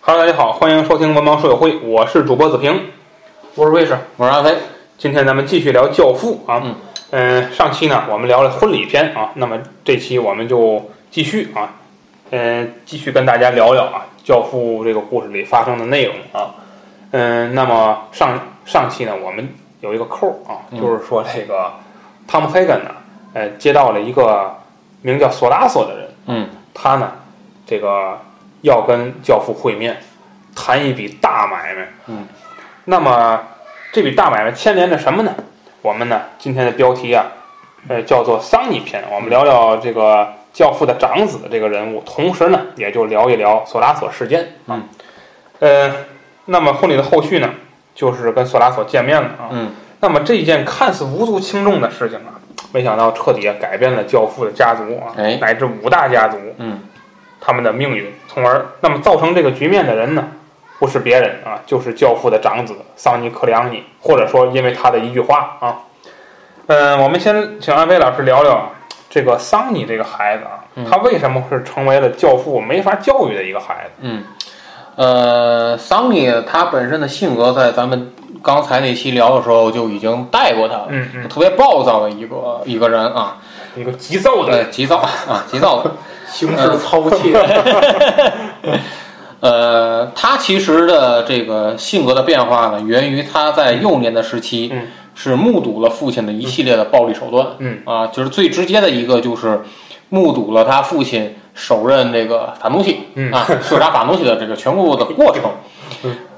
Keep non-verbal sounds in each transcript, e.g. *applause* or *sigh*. Hello，大家好，欢迎收听文盲书友会，我是主播子平。我是卫士，我是阿飞，今天咱们继续聊《教父》啊，嗯嗯、上期呢我们聊了婚礼篇啊，那么这期我们就继续啊，嗯、继续跟大家聊聊啊《教父》这个故事里发生的内容啊，嗯、那么上上期呢我们有一个扣儿啊，嗯就是说这个汤姆·黑根呢，呃，接到了一个名叫索拉索的人，嗯，他呢这个要跟教父会面，谈一笔大买卖，嗯，那么。这笔大买卖牵连着什么呢？我们呢今天的标题啊，呃叫做桑尼篇，我们聊聊这个教父的长子这个人物，同时呢也就聊一聊索拉索事件啊。呃，那么婚礼的后续呢，就是跟索拉索见面了啊。嗯。那么这件看似无足轻重的事情啊，没想到彻底改变了教父的家族啊，哎乃至五大家族，嗯，他们的命运，从而那么造成这个局面的人呢，不是别人啊，就是教父的长子桑尼克里昂尼，或者说因为他的一句话啊，嗯，我们先请安飞老师聊聊啊这个桑尼这个孩子啊，嗯他为什么是成为了教父没法教育的一个孩子？呃，桑尼他本身的性格，在咱们刚才那期聊的时候就已经带过他了，嗯嗯，特别暴躁的一个一个人啊，一个急躁的呃，急躁啊，急躁的。行事操气， *laughs* 呃，他其实的这个性格的变化呢，源于他在幼年的时期，嗯是目睹了父亲的一系列的暴力手段，嗯啊，就是最直接的一个就是目睹了他父亲手刃这个法努西，嗯啊，射杀法努西的这个全部的过程，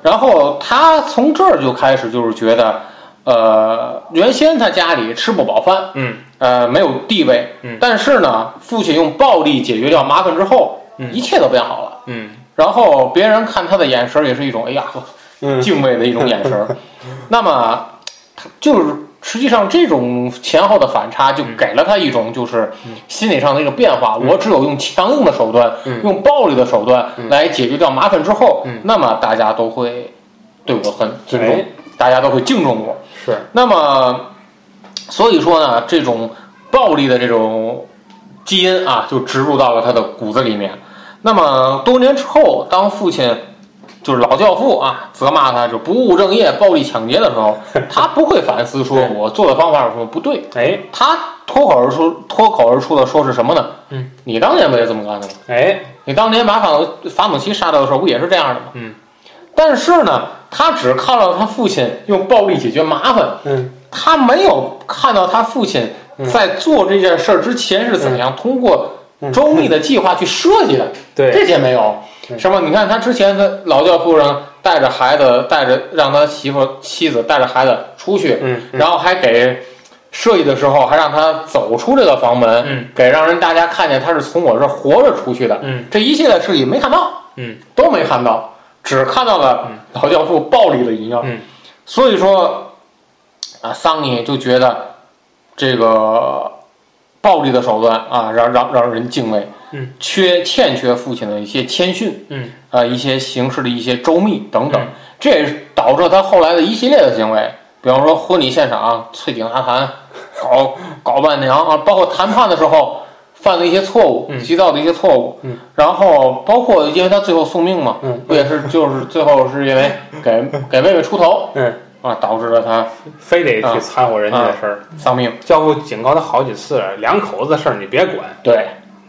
然后他从这儿就开始就是觉得，呃，原先他家里吃不饱饭，嗯呃，没有地位，嗯但是呢，父亲用暴力解决掉麻烦之后，嗯一切都变好了。嗯然后别人看他的眼神儿也是一种哎呀嗯敬畏的一种眼神 *laughs* 儿。那么，他就是实际上这种前后的反差，就嗯给了他一种就是心理上的一个变化。我只有用强硬的手段，嗯用暴力的手段来解决掉麻烦之后，嗯那么大家都会对我很尊重，哎大家都会敬重我。是那么，所以说呢，这种暴力的这种基因啊，就植入到了他的骨子里面。那么多年之后，当父亲就是老教父啊责骂他就不务正业、暴力抢劫的时 *laughs* 候，他不会反思说我做的方法有什么不对，哎他脱口而出脱口而出的说是什么呢？嗯，你当年不也这么干的吗？哎你当年把法努法努西杀掉的时候，不也是这样的吗？嗯。但是呢，他只看到他父亲用暴力解决麻烦，嗯他没有看到他父亲在做这件事儿之前是怎样通过周密的计划去设计的，嗯对这些没有对。什么？你看他之前他老教父让带着孩子，带着让他媳妇儿妻子带着孩子出去，嗯嗯然后还给设计的时候还让他走出这个房门，嗯给让人大家看见他是从我这儿活着出去的。嗯这一切的事情没看到，嗯都没看到，只看到了老教父暴力的一面。嗯所以说，啊，桑尼就觉得这个暴力的手段啊，让让让人敬畏。嗯，缺欠缺父亲的一些谦逊，嗯啊、一些行事的一些周密等等，嗯这也是导致他后来的一系列的行为，比方说婚礼现场啐警察谈，搞搞伴娘啊，包括谈判的时候犯的一些错误，嗯急躁的一些错误，嗯然后包括因为他最后送命嘛，嗯不也是就是最后是因为给给妹妹出头嗯，啊啊，导致了他非得去掺和人家的事儿。丧命。教父警告他好几次了，两口子的事儿你别管，对，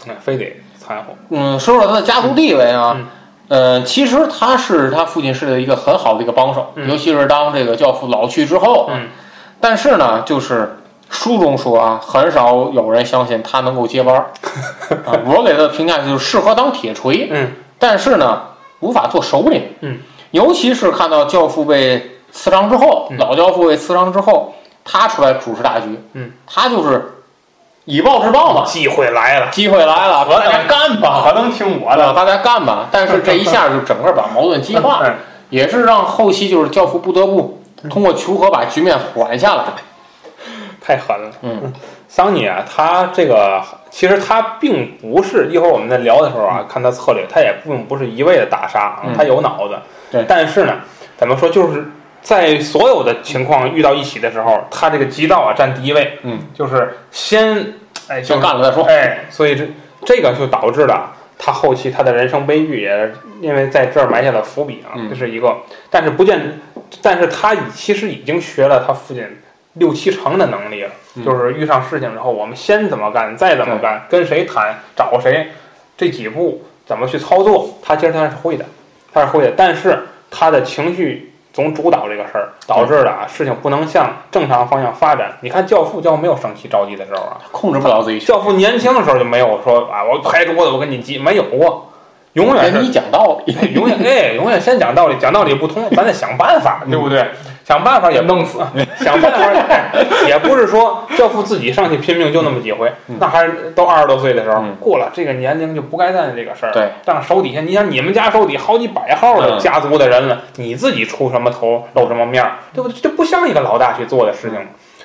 嗯非得掺和。嗯，说说他的家族地位啊，嗯呃，其实他是他父亲是一个很好的一个帮手，嗯尤其是当这个教父老去之后，啊嗯但是呢，就是书中说啊，很少有人相信他能够 *laughs* 接班儿啊。我给他的评价就是适合当铁锤，嗯但是呢，无法做首领。嗯，尤其是看到教父被刺伤之后，嗯老教父被刺伤之后，他出来主持大局。嗯，他就是以暴制暴嘛，哦机会来了，机会来啊了，哎我大家等干吧，可能听我让的，大家干吧。但是这一下就整个把矛盾激化，嗯也是让后期就是教父不得不通过求和把局面缓下来。太狠了。嗯，桑尼啊，他这个其实他并不是一会儿我们在聊的时候啊，看他策略，他也并不是一味的大杀啊嗯，他有脑子。对但是呢，怎么说，就是在所有的情况遇到一起的时候，他这个急躁啊占第一位。嗯，就是先哎，就是先干了再说。哎，所以这这个就导致了他后期他的人生悲剧也因为在这儿埋下了伏笔啊嗯，这是一个，但是不见，但是他已其实已经学了他父亲六七成的能力了，嗯就是遇上事情之后，我们先怎么干，再怎么干，跟谁谈，找谁，这几步怎么去操作，他其实他是会的，他是会的，但是他的情绪总主导这个事儿，导致了啊事情不能向正常方向发展。你看《教父》，教父没有生气着急的时候啊，控制不了自己《教父》年轻的时候就没有说啊，我拍桌子我跟你急，没有过，永远跟是你讲道理，永远哎，永远先讲道理，讲道理不通，咱得想办法，对不对？想办法也弄死，哎想办法哎也不是说教父自己上去拼命就那么几回，嗯那还是都二十多岁的时候嗯过了这个年龄就不该干这个事儿。对，但是手底下，你想你们家手底好几百号的嗯家族的人了，你自己出什么头露什么面儿，对不对？这不像一个老大去做的事情。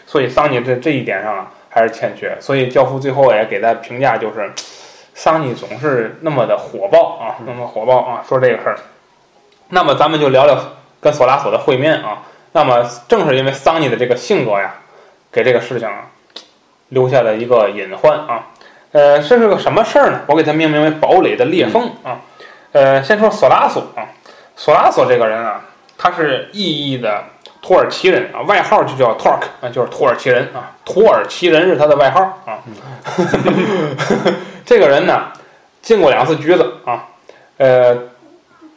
所以桑尼这这一点上啊还是欠缺。所以教父最后也给他评价就是，桑尼总是那么的火爆啊，那么火爆啊，说这个事儿。那么咱们就聊聊跟索拉索的会面啊。那么正是因为桑尼的这个性格呀，给这个事情啊留下了一个隐患啊。呃，这是个什么事儿呢？我给它命名为堡垒的裂缝啊。呃，先说索拉索啊，索拉索这个人啊，他是意义的土耳其人啊，外号就叫 Torque 啊，就是土耳其人啊，土耳其人是他的外号啊。这个人呢，进过两次局子啊，呃，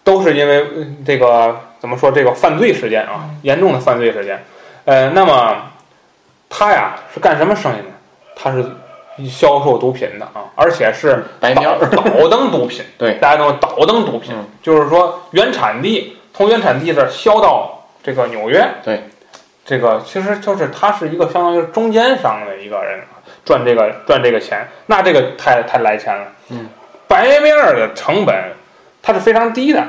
都是因为呃这个怎么说这个犯罪事件啊，严重的犯罪事件。呃，那么他呀是干什么生意呢？他是销售毒品的啊，而且是白面倒儿，倒灯毒品，对大家都倒灯毒品嗯，就是说原产地从原产地这儿销到这个纽约，对，这个其实就是他是一个相当于中间商的一个人啊，赚这个赚这个钱，那这个太太来钱了，嗯，白面儿的成本它是非常低的，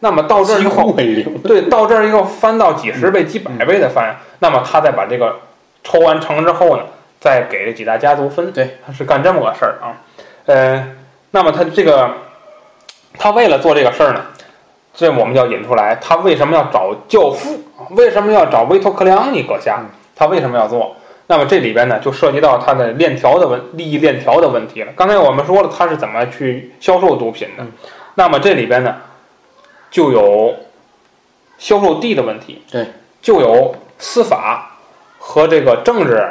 那么 *laughs* 到这儿以几后乎，为零。对，到这儿以后翻到几十倍、嗯几百倍的翻，那么他再把这个抽完成之后呢，再给这几大家族分。对，他是干这么个事儿啊。呃，那么他这个，他为了做这个事儿呢，这我们就要引出来，他为什么要找教父？啊为什么要找维托克里昂尼阁下嗯？他为什么要做？那么这里边呢，就涉及到他的链条的问利益链条的问题了。刚才我们说了，他是怎么去销售毒品的，嗯那么这里边呢，就有销售地的问题，对，就有司法和这个政治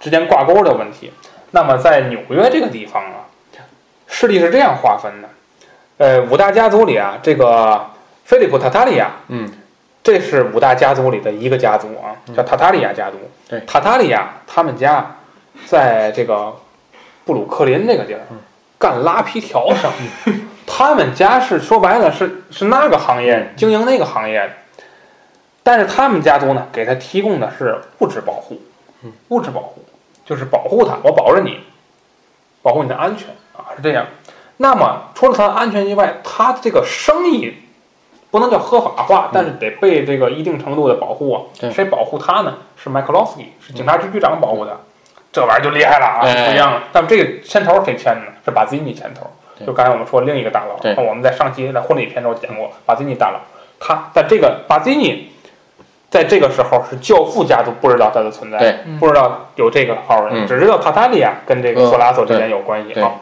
之间挂钩的问题。那么在纽约这个地方啊，势力是这样划分的，呃，五大家族里啊，这个菲利普塔塔利亚，嗯，这是五大家族里的一个家族啊，叫塔塔利亚家族。对塔塔利亚他们家在这个布鲁克林这个地儿嗯干拉皮条生意。他们家是说白了是是那个行业嗯经营那个行业的，但是他们家族呢给他提供的是物质保护，嗯物质保护就是保护他，我保着你，保护你的安全啊，是这样。那么除了他的安全以外，他这个生意不能叫合法化，但是得被这个一定程度的保护啊。嗯对谁保护他呢？是麦克洛夫斯基，是警察局局长保护他。这玩意儿就厉害了啊，嗯哎不一样了。但这个牵头谁牵的呢？是把自己牵头。对就刚才我们说另一个大佬，对那我们在上期的婚礼片中讲过，巴基尼大佬，他在这个巴基尼，在这个时候是教父家族不知道他的存在，对不知道有这个号人，嗯只知道塔塔利亚跟这个嗯索拉索之间有关系对啊。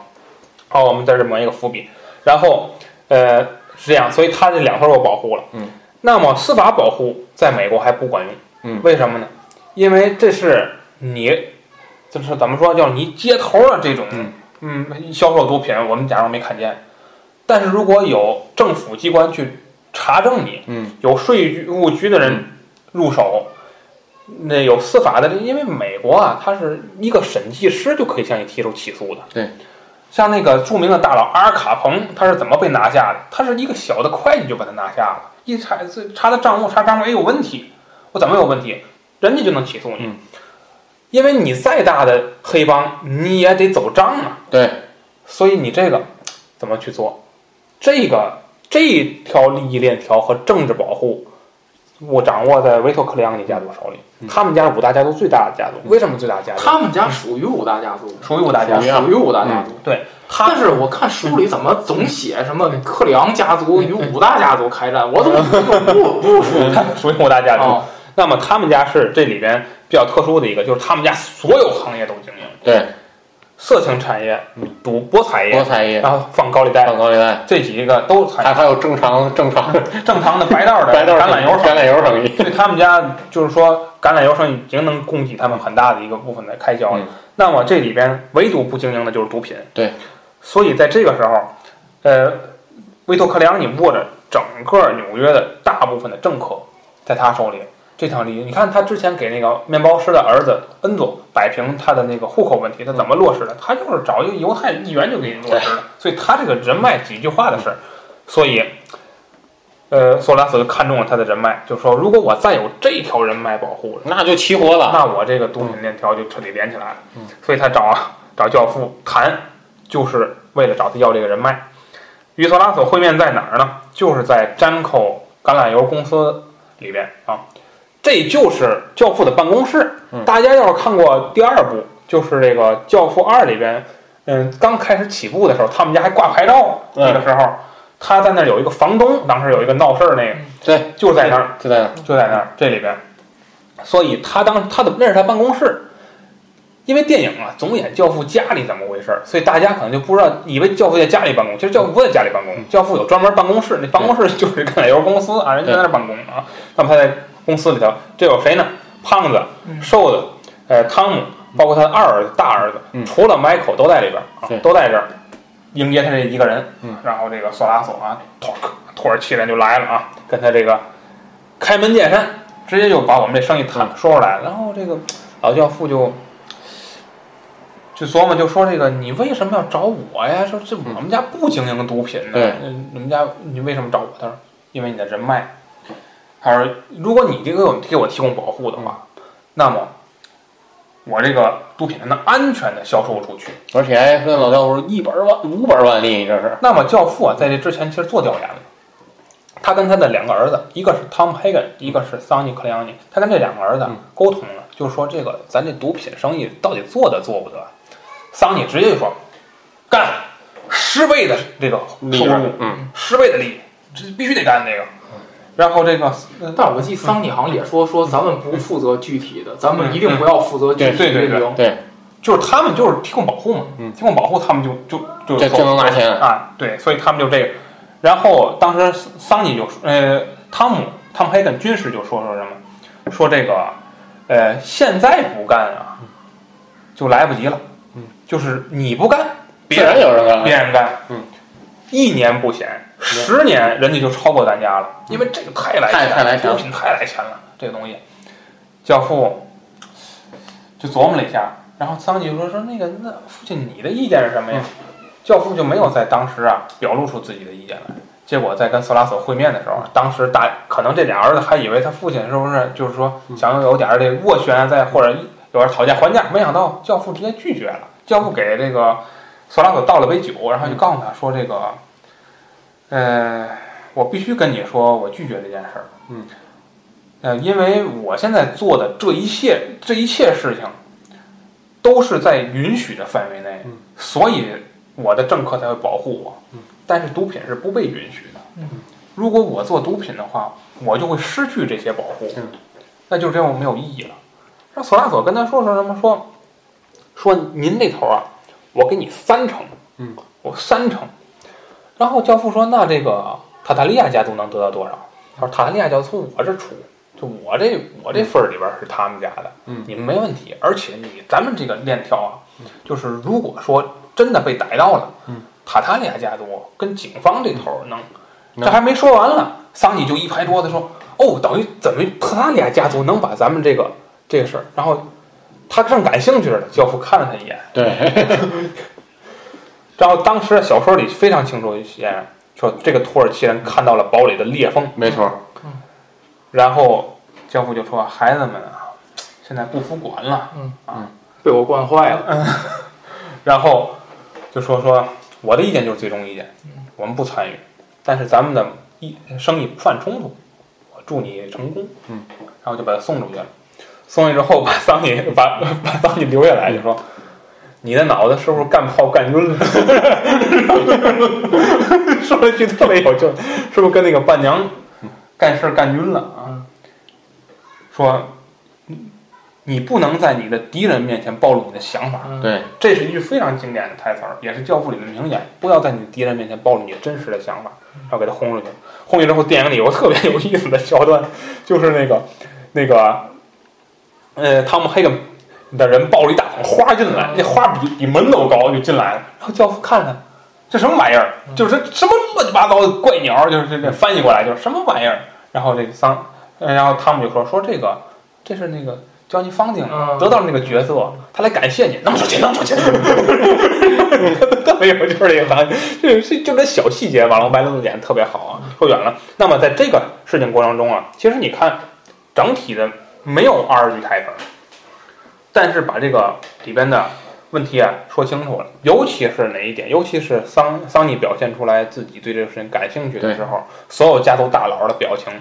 好，我们在这埋一个伏笔，然后呃是这样，所以他这两头有保护了。嗯，那么司法保护在美国还不管用，嗯为什么呢？因为这是你，就是怎么说，叫你接头了这种，嗯嗯销售毒品，我们假装没看见。但是如果有政府机关去查证你，嗯，有税务局的人入手，那有司法的，因为美国啊，它是一个审计师就可以向你提出起诉的。对，像那个著名的大佬阿尔卡彭，他是怎么被拿下的？他是一个小的会计就把他拿下了，一查查他账目，查账目哎有问题，我怎么有问题？人家就能起诉你，嗯因为你再大的黑帮，你也得走账啊。对，所以你这个怎么去做？这个这条利益链条和政治保护，我掌握在维托克里昂尼家族手里。他们家是五大家族最大的家族，为什么最大家族？他们家属于五大家族，嗯属于五嗯大家族属于，啊属于五大家族。但他是我看书里怎么总写什么克里昂家嗯族与五大家族开战，我怎么不不服属于五大家族。啊？那么他们家是这里边比较特殊的一个，就是他们家所有行业都经营，对，色情产业、赌博产博业，彩业、然后放高利贷，放高利贷，这几个都产还还有正常正常正常的白道的白道橄榄油橄榄油生意。对他们家就是说，橄榄油生意已经能供给他们很大的一个部分的开销了。嗯那么这里边唯独不经营的就是毒品。对，所以在这个时候，呃，维托克里昂尼握着整个纽约的大部分的政客在他手里。这场利益，你看他之前给那个面包师的儿子恩佐摆平他的那个户口问题，他怎么落实的？他就是找一个犹太议员就给你落实了。所以他这个人脉几句话的事儿，嗯所以呃，索拉斯就看中了他的人脉，就说如果我再有这条人脉保护了，那就齐活了。嗯那我这个毒品链条就彻底连起来了。所以他找啊找教父谈，就是为了找他要这个人脉。与索拉索会面在哪儿呢？就是在詹口橄榄油公司里边啊，这就是《教父》的办公室。嗯大家要是看过第二部，就是这个《教父二》里边，嗯，刚开始起步的时候，他们家还挂牌照，嗯那个时候他在那儿有一个房东，当时有一个闹事儿那个，对，就在那儿。就在那儿就在那儿这里边。所以他当他的那是他办公室，因为电影啊总演教父家里怎么回事儿，所以大家可能就不知道，以为教父在家里办公，其实教父不在家里办公，教父有专门办公室，那办公室就是橄榄油公司啊，人家在那儿办公啊。那么他在公司里头，这有谁呢？胖子、嗯瘦子，呃，汤姆，包括他的二儿子、大儿子，嗯除了 Michael 都在里边儿啊对，都在这儿迎接他这一个人。嗯然后这个索拉索啊，托托尔气人就来了啊，跟他这个开门见山，直接就把我们这生意谈说出来了。然后这个老教父就就琢磨，就说这个你为什么要找我呀？说这我们家不经营毒品呢，对嗯你们家你为什么找我？他说因为你的人脉。他说如果你这个给我提供保护的话，那么我这个毒品才能安全的销售出去。而且还跟老教父一本万五本万利，这是那么教父啊，在这之前其实做调研了，他跟他的两个儿子，一个是汤姆·黑根，一个是桑尼·克里昂尼，他跟这两个儿子嗯沟通了，就是说这个咱这毒品生意到底做得做不得。桑尼直接就说：“干，十倍的这个利收入润，嗯，十倍的利益，这必须得干这个。”然后这个，呃但我记得桑尼好像也说说咱们不负责具体的，咱们一定不要负责具体的嗯对对对运营。对，就是他们就是提供保护嘛，嗯提供保护他们就就就这就能拿钱啊，对，所以他们就这个。然后当时桑尼就说，呃，汤姆汤姆黑根军师就说说什么，说这个，呃，现在不干啊，就来不及了，嗯，就是你不干，别自然人有人干别人干，嗯，一年不闲，十年人家就超过咱家了，因为这个太来太钱了，太来钱了毒品太来钱了，这个东西。教父就琢磨了一下，然后桑吉就说说那个那父亲你的意见是什么呀？嗯教父就没有在当时啊表露出自己的意见来。结果在跟索拉索会面的时候，啊当时大可能这俩儿子还以为他父亲是不是就是说嗯想有点儿这斡旋啊，在或者有点讨价还价，没想到教父直接拒绝了。教父给这个索拉索倒了杯酒，然后就告诉他说这个，呃，我必须跟你说，我拒绝这件事儿。嗯，呃，因为我现在做的这一切这一切事情，都是在允许的范围内，嗯所以我的政客才会保护我。嗯但是毒品是不被允许的。嗯如果我做毒品的话，我就会失去这些保护，嗯那就这样没有意义了。让索拉索跟他说说什么说，说您这头啊，我给你三成，嗯，我三成。然后教父说，那这个塔塔利亚家族能得到多少？他说塔塔利亚家族从我这出，就我这我这份儿里边儿是他们家的，嗯你们没问题。而且你咱们这个链条啊，就是如果说真的被逮到了，嗯，塔塔利亚家族跟警方这头儿能，能这还没说完了，桑尼就一拍桌子说，哦，等于怎么塔塔利亚家族能把咱们这个这个事儿，然后他正感兴趣着呢，教父看了他一眼，对，然后当时的小说里非常清楚写说，这个土耳其人看到了堡垒的裂缝，没错，然后教父就说：“孩子们啊，现在不服管了。被我惯坏嗯了。”然后就说说我的意见就是最终意见，我们不参与，但是咱们的一生意不犯冲突，我祝你成功。嗯，然后就把他送出去了。送去之后，把桑尼把把桑尼留下来，就说：“你的脑子是不是干炮干晕了？” *laughs* 说了一句特别有劲儿，是不是跟那个伴娘干事儿干晕了啊？说你你不能在你的敌人面前暴露你的想法。嗯对，这是一句非常经典的台词儿，也是《教父》里的名言。不要在你的敌人面前暴露你的真实的想法，要给他轰出去。轰出去之后，电影里有个特别有意思的桥段，就是那个那个，呃，汤姆·黑根的人抱着一大捧花进来，那花比比门都高就进来了。然后教父看看，这什么玩意儿？就是什么乱七八糟的怪鸟，就是这这翻译过来就是什么玩意儿。然后这个桑，呃然后汤姆就说说这个，这是那个。教你方定嗯得到了那个角色，他来感谢你，弄出去，弄出去， *laughs* 特别有就是这个场景，这这就这小细节，马龙白兰度演得特别好啊。说远了，那么在这个事情过程中啊，其实你看整体的没有二句台词儿，但是把这个里边的问题啊说清楚了，尤其是哪一点，尤其是桑桑尼表现出来自己对这个事情感兴趣的时候，所有家族大佬的表情，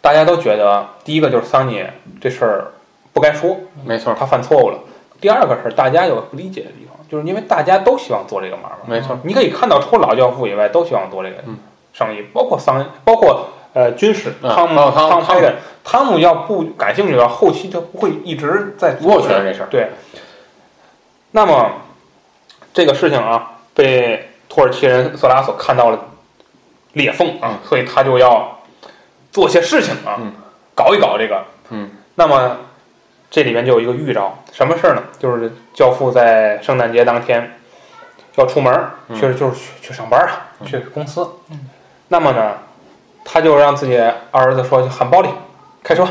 大家都觉得第一个就是桑尼这事儿不该说，没错，他犯错误了；第二个是大家有不理解的地方，就是因为大家都希望做这个买卖。没错，你可以看到，除了老教父以外，都希望做这个嗯生意，包括商，包括呃军事。啊汤姆、哦汤汤姆汤姆根，汤姆要不感兴趣的话，后期就不会一直在我觉得这事儿，对。那么这个事情啊，被土耳其人色拉所看到了裂缝啊，所以他就要做些事情啊，嗯搞一搞这个。嗯。那么这里面就有一个预兆，什么事儿呢？就是教父在圣诞节当天要出门儿，嗯去就是去去上班啊，嗯去公司。那么呢，他就让自己儿子说去喊包里开车。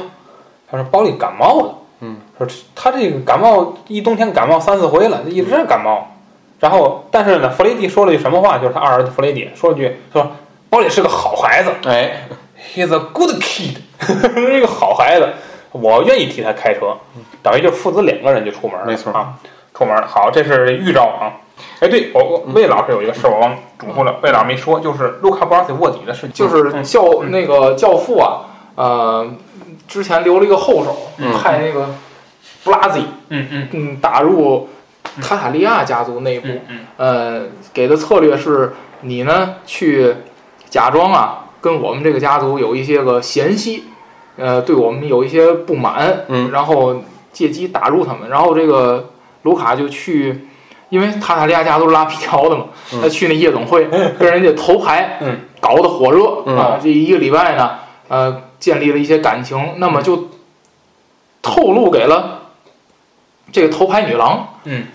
他说包里感冒了。嗯，说他这个感冒一冬天感冒三四回了，嗯一直感冒。然后，但是呢，弗雷迪说了句什么话？就是他二儿子弗雷迪说了句说包里是个好孩子哎， ，He's a good kid，是一 *laughs* 个好孩子，我愿意替他开车。等于就父子两个人就出门了，没错啊，出门了。好，这是预兆啊。哎，对我我魏老师有一个事儿我忘嘱咐了，魏老师没说，就是卢卡布尔斯卧底的事情，嗯就是嗯教那个教父啊，呃，之前留了一个后手，嗯派那个布拉吉，嗯嗯嗯，打入塔塔利亚家族内部。嗯嗯呃，给的策略是你呢去假装啊，跟我们这个家族有一些个嫌隙，呃，对我们有一些不满，嗯然后借机打入他们，然后这个卢卡就去。因为塔塔利亚家族是拉皮条的嘛，嗯他去那夜总会跟人家头牌，嗯搞得火热、嗯啊！这一个礼拜呢，呃，建立了一些感情，那么就透露给了这个头牌女郎，嗯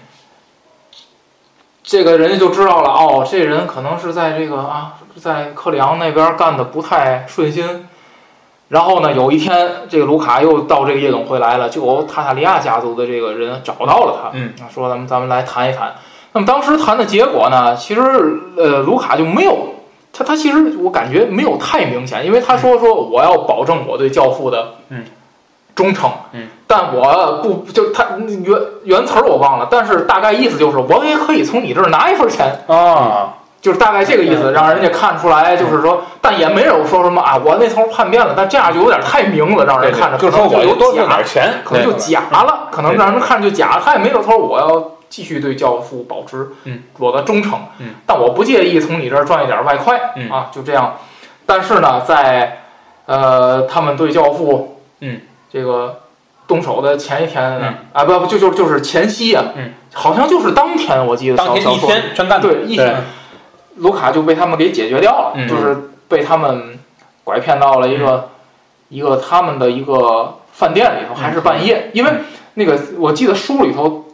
这个人家就知道了哦，这人可能是在这个啊，在克里昂那边干的不太顺心。然后呢，有一天这个卢卡又到这个夜总会来了，就由塔塔利亚家族的这个人找到了他，嗯说咱们咱们来谈一谈。那么当时谈的结果呢，其实呃，卢卡就没有他他其实我感觉没有太明显，因为他说说我要保证我对教父的嗯忠诚，嗯，但我不就他原原词儿我忘了，但是大概意思就是我也可以从你这儿拿一份钱，啊就是大概这个意思，嗯让人家看出来，就是说，但也没有说什么啊，我那头叛变了，但这样就有点太明了，让人看着对对就可说能我有啊又多挣假点钱，可能就假了，可能让人看着就假了。他也没有说我要继续对教父保持嗯我的忠诚，嗯但我不介意从你这儿赚一点外快、嗯啊，就这样。但是呢，在呃，他们对教父嗯这个动手的前一天呢，嗯啊不不就就就是前夕啊，嗯好像就是当天我记得当小天小一说天全干对一天，卢卡就被他们给解决掉了，嗯就是被他们拐骗到了一嗯个、一个他们的一个饭店里头，还是半嗯夜，因为那个我记得书里头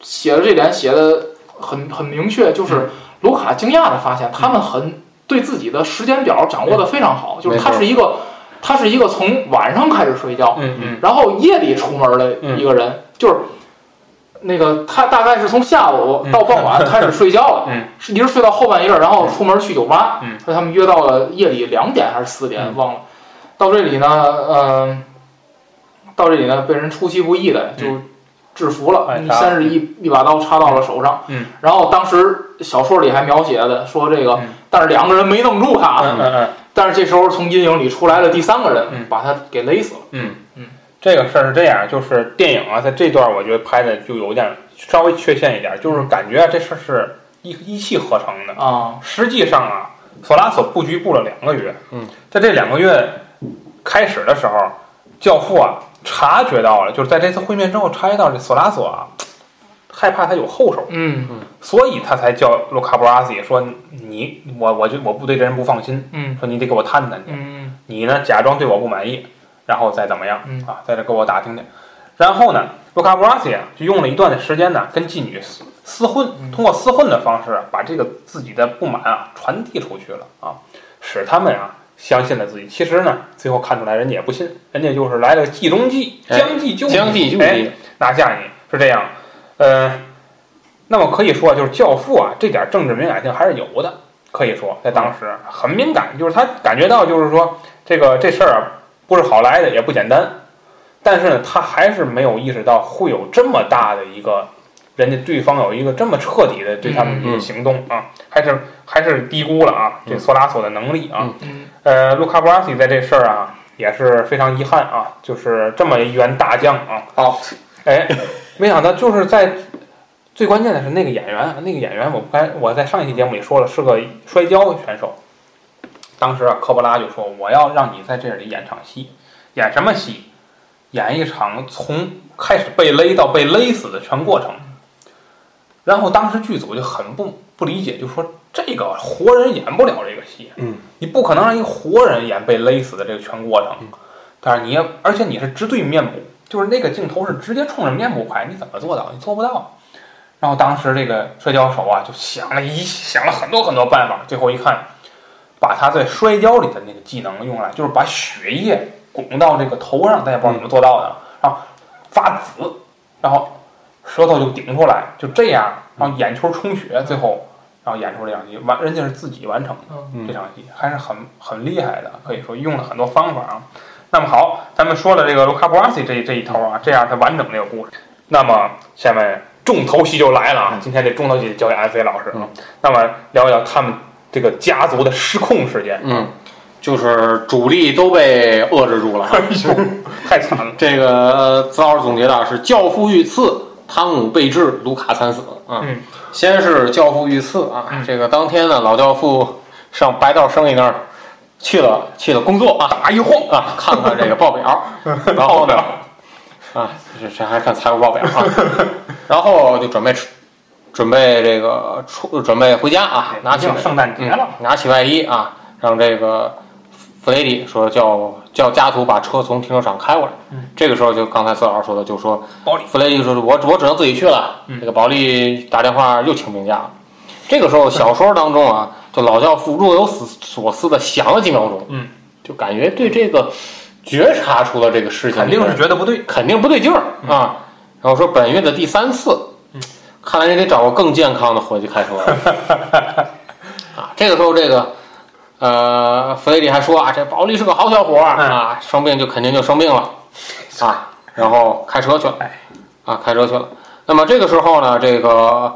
写的这点写的很很明确，嗯就是卢卡惊讶的发现他们很对自己的时间表掌握的非常好，就是他没错是一个他是一个从晚上开始睡觉，嗯嗯然后夜里出门的一个人，就是那个他大概是从下午到傍晚开始睡觉了，嗯是一直睡到后半夜，然后出门去酒吧，嗯所以他们约到了夜里两点还是四点，嗯忘了。到这里呢，嗯、到这里呢被人出其不意的就制服了，嗯哎你打先是一一把刀插到了手上，嗯然后当时小说里还描写的说这个，嗯但是两个人没弄住他，嗯嗯嗯但是这时候从阴影里出来了第三个人，嗯把他给勒死了。嗯嗯，这个事儿是这样，就是电影啊，在这段我觉得拍的就有点稍微缺陷一点，就是感觉啊这事儿是一一气呵成的。啊，实际上啊，索拉索布局布了两个月，嗯，在这两个月开始的时候，教父啊察觉到了，就是在这次会面之后察觉到这索拉索啊害怕他有后手，嗯所以他才叫卢卡布拉西说你我我就我部队这人不放心，嗯说你得给我探探去，嗯你呢假装对我不满意，然后再怎么样嗯啊，在这给我打听听。然后呢，卢卡布拉西啊就用了一段的时间呢跟妓女厮厮混，嗯通过厮混的方式啊把这个自己的不满啊传递出去了啊，使他们啊相信了自己。其实呢，最后看出来人家也不信，人家就是来了个计中计，哎将计就计，将计就哎计，拿下你是这样。呃，那么可以说就是《教父》啊，这点政治敏感性还是有的，可以说在当时很敏感，就是他感觉到就是说这个这事儿啊不是好来的，也不简单。但是呢，他还是没有意识到会有这么大的一个，人家对方有一个这么彻底的对他们一嗯个嗯行动啊，还是还是低估了啊这嗯索拉索的能力啊。嗯嗯呃，卢卡布拉西在这事儿啊也是非常遗憾啊，就是这么一员大将啊，好，哎，没想到就是在最关键的是那个演员啊，那个演员我该我在上一期节目里说了是个摔跤选手，当时啊科波拉就说我要让你在这里演场戏，演什么戏？演一场从开始被勒到被勒死的全过程。然后当时剧组就很不不理解，就说这个活人演不了这个戏，嗯，你不可能让一个活人演被勒死的这个全过程。但是你也，而且你是直对面部，就是那个镜头是直接冲着面部拍，你怎么做到？你做不到。然后当时这个摔跤手啊，就想了一想了很多很多办法，最后一看，把他在摔跤里的那个技能用来，就是把血液拱到这个头上，咱也不知道怎么做到的，然后发紫，然后舌头就顶出来，就这样，然后眼球充血，最后然后演出这场戏完，人家是自己完成的。嗯这场戏还是很很厉害的，可以说用了很多方法啊。那么好，咱们说了这个卢卡布拉西这这一头啊，这样才完整这个故事。那么下面重头戏就来了啊嗯，今天这重头戏交给安飞老师啊嗯。那么聊一聊他们这个家族的失控事 *laughs* 件，嗯，就是主力都被遏制住了。太惨了。嗯这个资老师总结的是：教父遇刺，汤姆被治，卢卡惨死。啊，嗯先是教父遇刺啊，嗯这个当天呢，老教父上白道生意那儿去了，去了工作啊，打一晃啊，看看这个报表， *laughs* 然后呢，啊，这这还看财务报表啊，然后就准备出准备这个出准备回家啊， *laughs* 拿起已经圣诞节了，嗯拿起外衣啊，让这个弗雷迪说叫叫加图把车从停车场开过来。嗯这个时候就刚才四老师说的，就说保利弗雷迪说我我只能自己去了。嗯这个保利打电话又请病假了。这个时候小说当中啊，就老教父若有所所思的想了几秒钟，嗯，就感觉对这个觉察出了这个事情肯定是觉得不对。肯定不对劲儿嗯啊。然后说本月的第三次，看来你得找个更健康的伙计开车 *laughs* 了。啊，这个时候这个呃，弗雷迪还说啊，这保利是个好小伙儿嗯啊，生病就肯定就生病 *laughs* 了啊，然后开车去了哎，啊，开车去了。那么这个时候呢，这个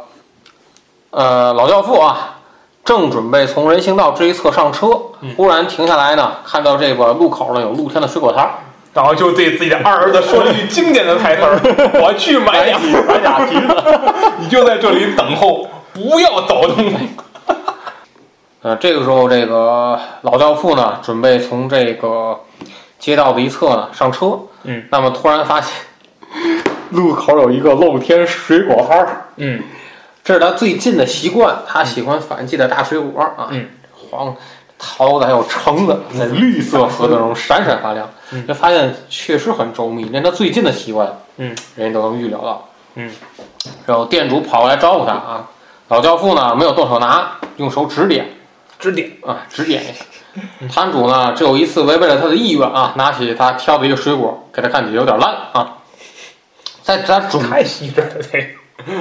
呃老教父啊，正准备从人行道这一侧上车嗯，忽然停下来呢，看到这个路口呢有露天的水果摊儿。然后就对自己的二儿子说了一句 *laughs* 经典的台词儿：“我去买俩，买俩橘子。 *laughs* 你就在这里等候，不要走动。呃，这个时候，这个老教父呢，准备从这个街道的一侧呢上车，嗯，那么突然发现路口有一个露天水果摊儿，”嗯，这是他最近的习惯，他喜欢反季的大水果啊，嗯，黄桃子还有橙子，那绿色和那种闪闪发亮，嗯这发现确实很周密，连他最近的习惯，嗯，人家都能预料到，嗯，然后店主跑过来招呼他啊，老教父呢没有动手拿，用手指点。指点啊，指点一下。摊主呢，只有一次违背了他的意愿啊，拿起他挑的一个水果，给他看起来有点烂啊。在他准太细致了，这个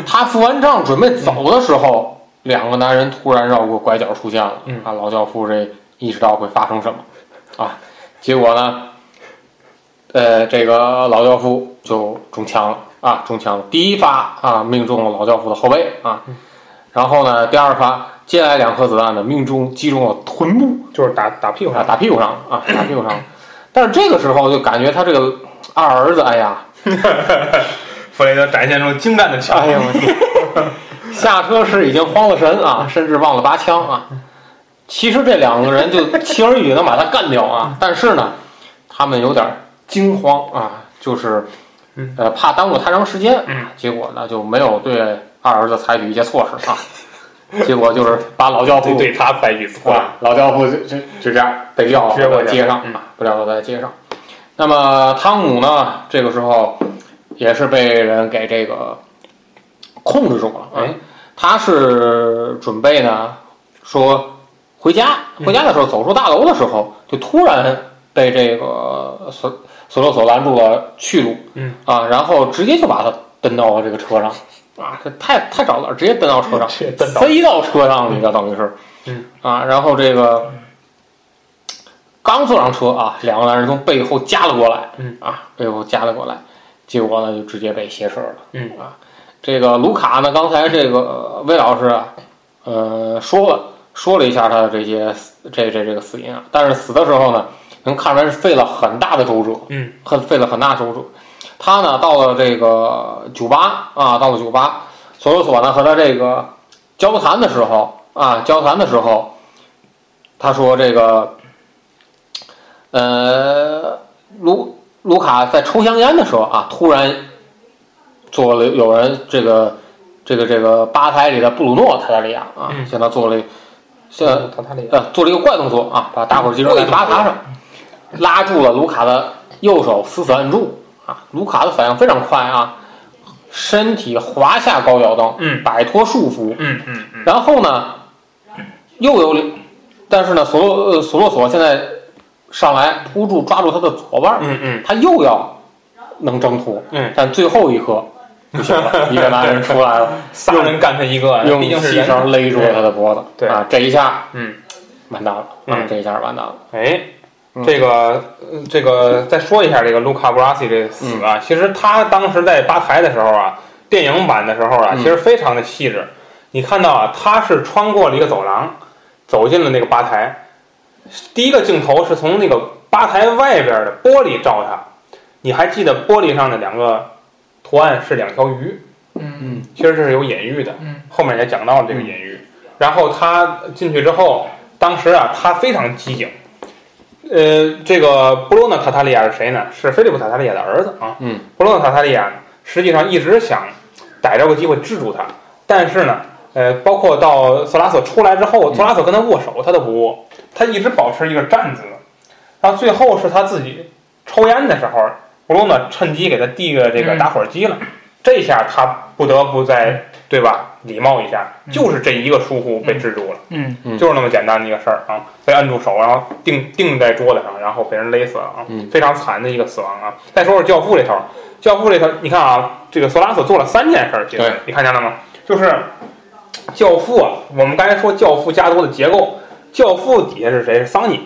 他付完账准备走的时候，两个男人突然绕过拐角出现了。嗯啊，老教父这意识到会发生什么啊，结果呢，呃，这个老教父就中枪了啊，中枪了，第一发啊命中了老教父的后背啊，嗯然后呢，第二发接下来两颗子弹呢命中击中了臀部。就是打打屁股啊， *laughs* 上。打屁股上了啊，打屁股上了。但是这个时候就感觉他这个二儿子，哎呀，弗雷德展现出精湛的哎呦，我天！下车时已经慌了神啊，甚至忘了拔枪啊。其实这两个人就轻而易举能把他干掉啊，但是呢，他们有点惊慌啊，就是嗯呃怕耽误太长时间，啊嗯结果呢就没有对二儿子采取一些措施啊，结果就是把老教父对对他采取错哇，老教父就就就这样被撂直接在啊过去街上嗯，被撂在街上。那么汤姆呢，这个时候也是被人给这个控制住了。哎哎，他是准备呢说回家，回家的时候走出大楼的时候，就突然被这个索索洛索拦住了去路，嗯啊，然后直接就把他蹬到了这个车上，啊，这太太找了，直接蹬到车上。这真飞到车上里了，等于是，嗯啊，然后这个刚坐上车啊，两个男人从背后夹了过来，嗯啊，背后夹了过来，结果呢就直接被挟持了，嗯啊，这个卢卡呢，刚才这个呃魏老师啊，呃，说了说了一下他的这些这这这个死因啊，但是死的时候呢，能看出来是费了很大的周折，嗯，很费了很大周折。他呢，到了这个酒吧啊，到了酒吧，索罗索呢和他这个交谈的时候啊，交谈的时候，他说这个，呃，卢卢卡在抽香烟的时候啊，突然做了有人这个这个这个吧台里的布鲁诺塔塔利亚啊，嗯向他做了向他他那呃做了一个怪动作啊，把打火机扔在吧台上，拉住了卢卡的右手，死死按住啊。卢卡的反应非常快啊，身体滑下高脚凳，嗯摆脱束缚，嗯嗯嗯然后呢，又有两，但是呢，索洛呃索洛索现在上来扑住抓住他的左腕儿，嗯嗯他又要能挣脱，嗯，但最后一刻不行 *laughs* 了，一个男人出来了，仨人干他一个，用毕竟是细人。绳勒住了他的脖子，对啊，这一下嗯，完蛋了，啊嗯，这一下完蛋了，哎嗯，这个呃这个再说一下这个卢卡布拉西这嗯死啊，其实他当时在吧台的时候啊，电影版的时候啊，嗯其实非常的细致。你看到啊，他是穿过了一个走廊，走进了那个吧台。第一个镜头是从那个吧台外边的玻璃照他，你还记得玻璃上的两个图案是两条鱼？嗯其实这是有隐喻的，嗯，后面也讲到了这个隐喻。然后他进去之后，当时啊，他非常机警。呃，这个布罗纳塔塔利亚是谁呢？是菲利普塔塔利亚的儿子啊。嗯，布罗纳塔塔利亚实际上一直想逮着个机会制住他，但是呢，呃，包括到索拉索出来之后，嗯索拉索跟他握手，他都不握，他一直保持一个站姿。然后最后是他自己抽烟的时候，布罗纳趁机给他递个这个嗯打火机了。这下他不得不再对吧礼貌一下，嗯就是这一个疏忽被制住了，嗯嗯就是那么简单的一个事儿啊，被摁住手，然后定定在桌子上，然后被人勒死了啊，嗯非常惨的一个死亡啊。再说说教父里头，教父里头你看啊，这个索拉索做了三件事儿，其实对你看见了吗？就是教父啊，我们刚才说教父家族的结构，教父底下是谁？是桑尼，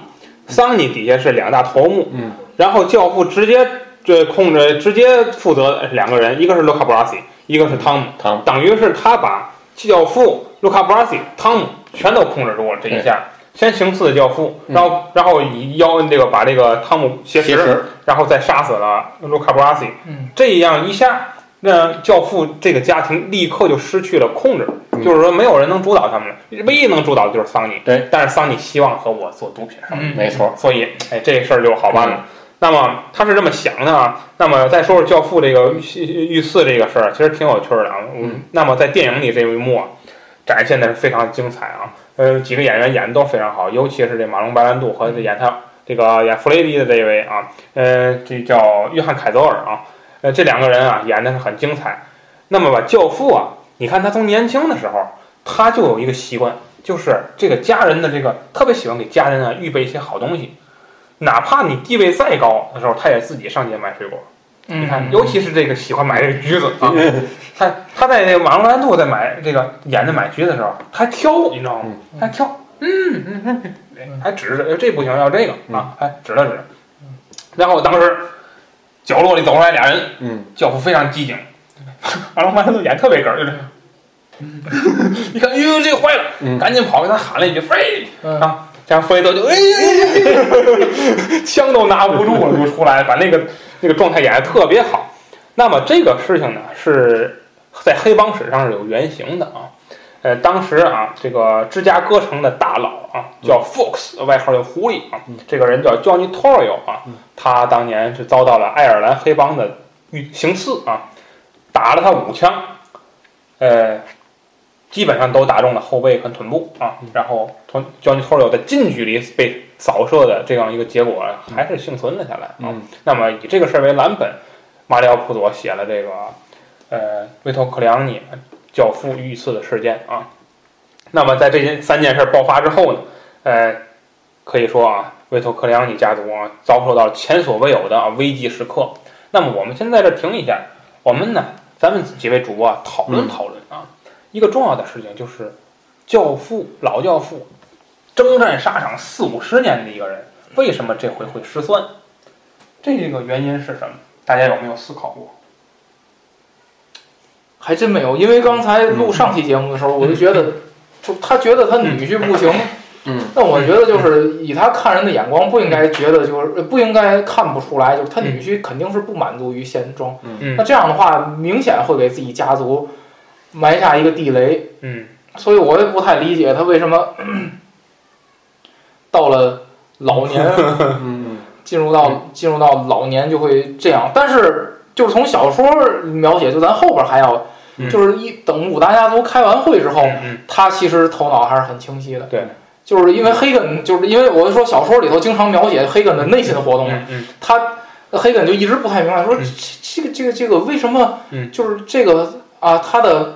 桑尼底下是两大头目，嗯然后教父直接这控制直接负责两个人，一个是卢卡布拉西，一个是汤姆，汤姆等于是他把教父、卢卡布拉西、汤姆全都控制住了这一下。先行刺教父，嗯然后然后以腰这个把这个汤姆挟挟持持，然后再杀死了卢卡布拉西。嗯，这样一下，那教父这个家庭立刻就失去了控制，嗯就是说没有人能主导他们了，唯一能主导的就是桑尼。对，但是桑尼希望和我做毒品生意。嗯没错，所以，哎，这事儿就好办了。那么他是这么想的啊。那么再说说教父这个遇遇刺这个事儿，其实挺有趣儿的啊。嗯那么在电影里这一幕啊，展现的是非常精彩啊。呃，几个演员演的都非常好，尤其是这马龙白兰度和这演他这个演弗雷迪的这一位啊，呃，这叫约翰凯泽尔啊。呃，这两个人啊演的是很精彩。那么吧，教父啊，你看他从年轻的时候，他就有一个习惯，就是这个家人的这个特别喜欢给家人啊预备一些好东西，哪怕你地位再高的时候，他也自己上街买水果。嗯你看，尤其是这个喜欢买这个橘子 *laughs* 啊，他他在这个马龙兰度在买这个演的买橘子的时候，他挑，你知道吗？他挑，嗯嗯嗯嗯，还指着哎这不行，要这个啊，还指了指。然后当时角落里走出来俩人，嗯教父非常机警，马龙白兰度演特别哏儿，就是。一看，哟，这个坏了，嗯赶紧跑给他喊了一句：“飞！”嗯啊，这样弗雷德就哎哎哎哎哎枪都拿不住了，就出来，把那个那个状态演得特别好。那么这个事情呢，是在黑帮史上是有原型的啊。呃，当时啊，这个芝加哥城的大佬啊，叫 Fox，外号叫狐狸啊，这个人叫 Johnny Torrio 啊，他当年是遭到了爱尔兰黑帮的遇行刺啊，打了他五枪，呃，基本上都打中了后背和臀部啊，然后 Ton- Johnny Torrio 在近距离被扫射的这样一个结果，还是幸存了下来啊。嗯那么以这个事儿为蓝本，马里奥·普佐写了这个呃维托克里昂尼教父遇刺的事件啊。那么在这件三件事爆发之后呢，呃，可以说啊，维托克里昂尼家族啊遭受到前所未有的、啊、危机时刻。那么我们先在这儿停一下，我们呢，咱们几位主播啊讨论嗯讨论啊，一个重要的事情就是，教父老教父征战沙场四五十年的一个人，为什么这回会失算？这个原因是什么？大家有没有思考过？还真没有，因为刚才录上期节目的时候，我就觉得，就他觉得他女婿不行，嗯，但我觉得就是以他看人的眼光，不应该觉得就是呃不应该看不出来，就是他女婿肯定是不满足于现状。嗯那这样的话，明显会给自己家族埋下一个地雷，嗯所以我也不太理解他为什么 *coughs* 到了老年嗯进入到进入到老年就会这样，但是就是从小说描写，就咱后边还要，嗯就是一等五大家族开完会之后，嗯他其实头脑还是很清晰的。对，就是因为黑根，就是因为我就说小说里头经常描写黑根的内心活动，嗯嗯他黑根就一直不太明白，说嗯这这个这个这个为什么嗯，就是这个啊，他的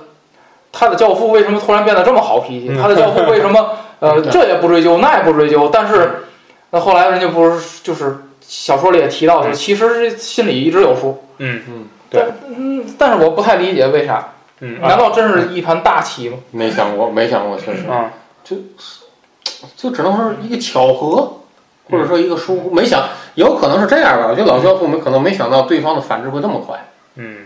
他的教父为什么突然变得这么好脾气？嗯他的教父为什么 *laughs* 呃嗯对这也不追究，那也不追究？但是那后来人家不是就是小说里也提到，就嗯其实这心里一直有数。嗯嗯，对但，嗯，但是我不太理解为啥？嗯难道真是一盘大棋吗？没想过，没想过，确实，啊就只能说是一个巧合，或嗯者说一个疏忽，没想，有可能是这样吧。我觉得老教父们可能没想到对方的反制会那么快，嗯，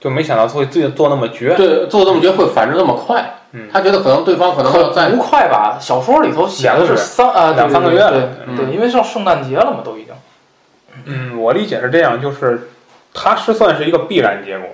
就没想到会自己做那么绝。对，做这么绝会反制那么快嗯。他觉得可能对方可能要在不快吧？小说里头写的两个是月三啊两三个月对了嗯对对，对因为上圣诞节了嘛，都已经。嗯，我理解是这样，就是它失算是一个必然结果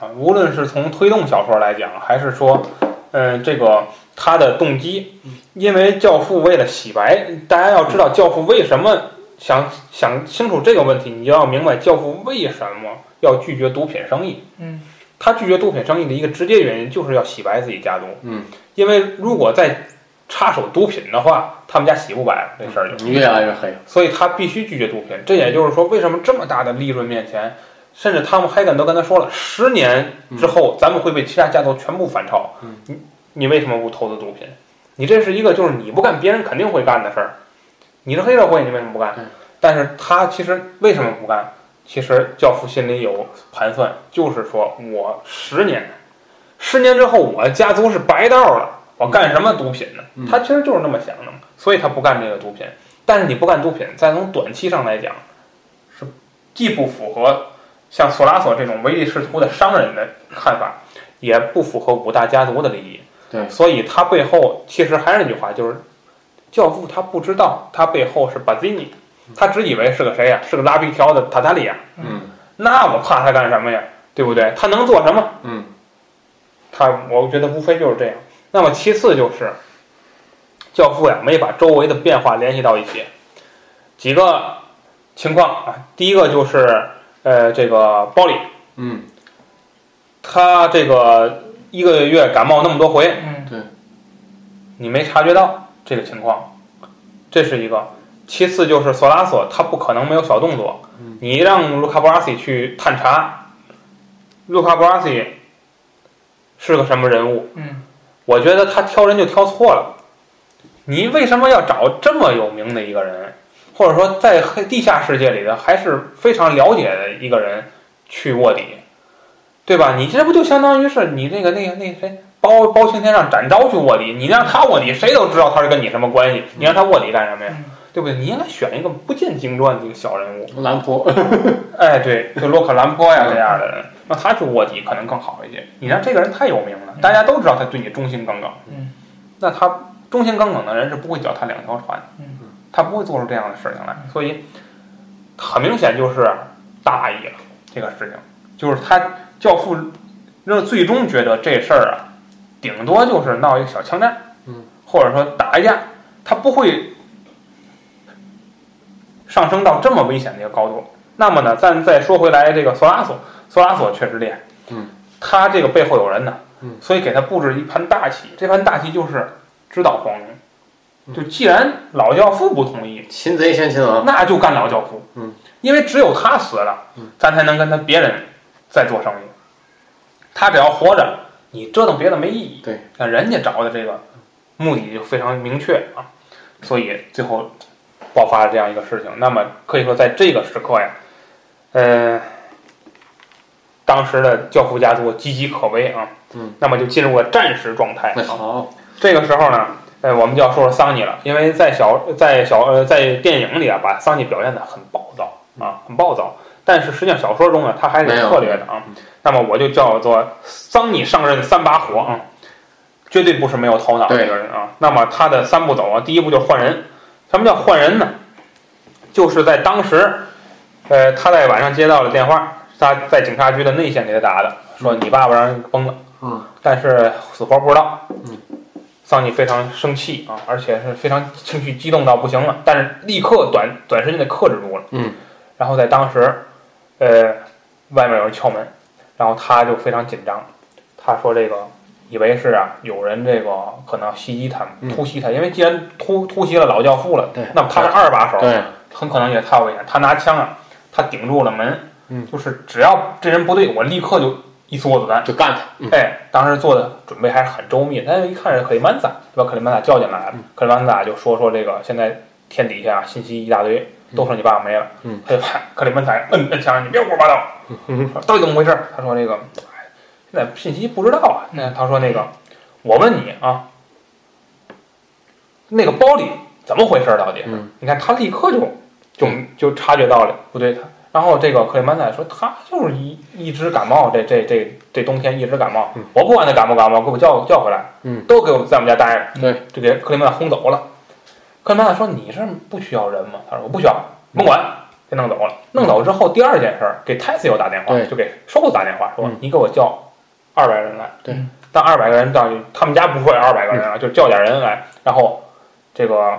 啊，无论是从推动小说来讲，还是说，嗯、这个他的动机，因为教父为了洗白，大家要知道教父为什么想想清楚这个问题，你就要明白教父为什么要拒绝毒品生意。嗯，他拒绝毒品生意的一个直接原因就是要洗白自己家族。嗯，因为如果再插手毒品的话，他们家洗不白了，这事儿就。越来越黑。所以他必须拒绝毒品。这也就是说，为什么这么大的利润面前，甚至汤姆·海根都跟他说了，十年之后咱们会被其他家族全部反超。嗯你你为什么不投资毒品？你这是一个就是你不干，别人肯定会干的事儿。你是黑社会，你为什么不干嗯？但是他其实为什么不干？其实教父心里有盘算，就是说我十年，十年之后我家族是白道了，我干什么毒品呢？嗯他其实就是那么想的嘛，所以他不干这个毒品。但是你不干毒品，再从短期上来讲，是既不符合像索拉索这种唯利是图的商人的看法，也不符合五大家族的利益。对所以他背后其实还是那句话，就是教父他不知道他背后是巴基尼，他只以为是个谁呀、是个拉皮条的塔塔利亚。嗯那我怕他干什么呀？对不对？他能做什么？嗯他我觉得无非就是这样。那么其次就是，教父呀没把周围的变化联系到一起，几个情况啊，第一个就是呃这个包里嗯他这个一个月感冒那么多回，嗯你没察觉到这个情况，这是一个。其次就是索拉索，他不可能没有小动作嗯。你让卢卡布拉西去探查，卢卡布拉西是个什么人物？嗯，我觉得他挑人就挑错了。你为什么要找这么有名的一个人，或者说在黑地下世界里的还是非常了解的一个人去卧底，对吧？你这不就相当于是你那个那个那个谁包包青天让展昭去卧底，你让他卧底，谁都知道他是跟你什么关系，你让他卧底干什么呀嗯？对不对？你应该选一个不见经传的一个小人物，兰嗯坡，哎，对，就洛克兰波呀嗯这样的人，让他去卧底可能更好一些。你让这个人太有名了，大家都知道他对你忠心耿耿，嗯，那他忠心耿耿的人是不会脚踏两条船，嗯，他不会做出这样的事情来，所以很明显就是大意了这个事情，就是他教父，那最终觉得这事儿啊顶多就是闹一个小枪战，嗯，或者说打一架，他不会上升到这么危险的一个高度。那么呢，咱再说回来，这个索拉索，索拉索确实厉害，嗯，他这个背后有人呢，嗯，所以给他布置一盘大棋，这盘大棋就是知道黄龙，嗯就既然老教父不同意，擒贼先擒王，那就干老教父。嗯，因为只有他死了，嗯咱才能跟他别人再做生意。他只要活着，你折腾别的没意义。对，那人家找的这个目的就非常明确啊，所以最后爆发了这样一个事情。那么可以说，在这个时刻呀，呃，当时的教父家族岌岌可危啊。嗯，那么就进入了战时状态。啊那好，这个时候呢，呃，我们就要说说桑尼了，因为在小在小呃在电影里啊，把桑尼表现的很暴躁啊，很暴躁，但是实际上小说中呢，他还是没有有策略的啊嗯。那么我就叫做桑尼上任三把火啊，绝对不是没有头脑的对一个人啊。那么他的三步走啊，第一步就是换人。什么叫换人呢？就是在当时，呃，他在晚上接到了电话，他在警察局的内线给他打的，说你爸爸让人给崩了。嗯，但是死活不知道。嗯，桑尼非常生气啊，而且是非常情绪激动到不行了，但是立刻短短时间的克制住了。嗯，然后在当时，呃，外面有人敲门，然后他就非常紧张，他说这个。以为是啊，有人这个可能袭击他嗯们、突袭他，因为既然突突袭了老教父了，对那么他是二把手，对，很可能也太危险。他拿枪啊，他顶住了门，嗯就是只要这人不对，我立刻就一梭子弹。就干他，嗯，哎，当时做的准备还是很周密的。但是一看是克里曼萨，就把克里曼萨叫进来了。嗯克里曼萨就说说这个现在天底下信息一大堆，都说你爸爸没了。嗯，他就把克里曼萨摁摁墙上，你别胡说八道，到底怎么回事？他说那个，哎现在信息不知道啊。那他说那个，我问你啊，那个包里怎么回事？到底是？嗯你看他立刻就就就察觉到了不对，他然后这个克里曼萨说他就是一一直感冒，这这这这冬天一直感冒，嗯我不管他感不感冒，给我叫叫回来，嗯，都给我在我们家待着，对，就给克里曼萨轰走了。克里曼萨说你这不需要人吗？他说我不需要，甭管，给弄走了。弄走之后，第二件事儿给 t a s i o 打电话，对就给 s h o 打电话说嗯你给我叫二百人来，对，嗯但二百个人到底他们家不会二百个人啊，就叫点人来，然后这个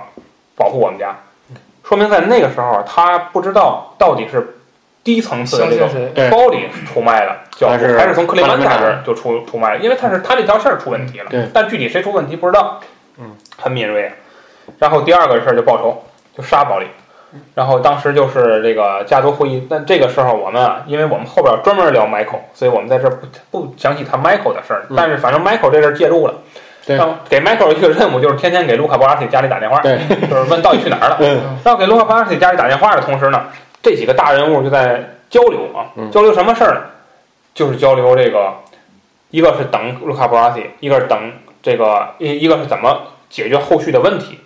保护我们家。嗯说明在那个时候，啊他不知道到底是低层次的相这嗯信个谁？对包里出卖了教父，还是还是从克里曼克里塔曼这塔儿就出出卖了，因为他是他这条线儿出问题了，对但具体谁出问题不知道，嗯，很敏锐啊。然后第二个事儿就报仇，就杀保利。然后当时就是这个家族会议，但这个时候我们啊，因为我们后边专门聊 Michael，所以我们在这儿不不详细谈 Michael 的事儿。嗯但是反正 Michael 这阵儿介入了，对让给 Michael 一个任务，就是天天给卢卡博拉蒂家里打电话，对 *laughs* 就是问到底去哪儿了。嗯然后给罗卡巴尔蒂家里打电话的同时呢，这几个大人物就在交流啊，嗯交流什么事儿呢？就是交流这个，一个是等卢卡布拉蒂，一个是等这个一一个是怎么解决后续的问题。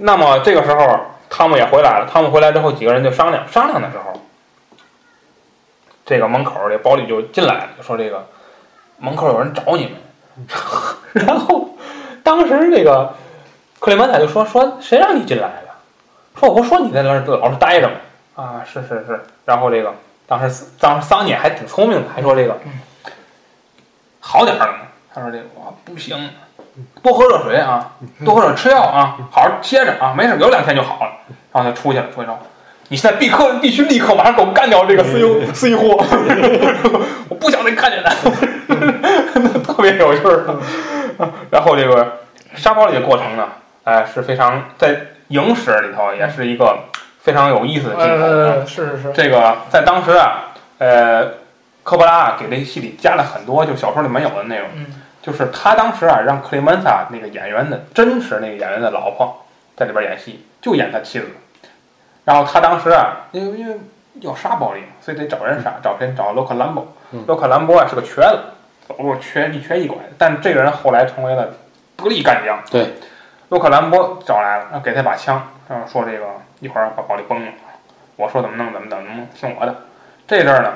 那么这个时候，汤姆也回来了。汤姆回来之后，几个人就商量商量的时候，这个门口这包里就进来了，就说这个门口有人找你们。 *laughs* 然后当时这个克里曼塔就说说谁让你进来的？说我不说你在那儿老是待着吗？啊，是是是。然后这个当时当时桑尼还挺聪明的，还说这个好点儿了吗？他说这个我不行，多喝热水啊，多喝热水，吃药啊，好好歇着啊，没事，有两天就好了。然后就出去了，出去之后，你现在必刻必须立刻马上给我干掉这个司油司一货， *laughs* 我不想再看见他， *laughs* 特别有趣儿。然后这个沙包里的过程呢，哎，是非常在影史里头也是一个非常有意思的啊镜头。呃，是是是，这个在当时啊，呃，科波拉啊给这戏里加了很多就小说里没有的内容，嗯，就是他当时啊让克里曼萨那个演员的真实那个演员的老婆在里边演戏，就演他妻子。然后他当时啊，因为因为要杀保利嘛，所以得找人杀，找谁？找洛克兰博嗯。洛克兰博啊是个瘸子，走路瘸一瘸一拐的，但这个人后来成为了得力干将。对，洛克兰博找来了，然后给他把枪，然后说这个一会儿把保利崩了。我说怎么弄怎么怎么弄，听我的。这阵儿呢，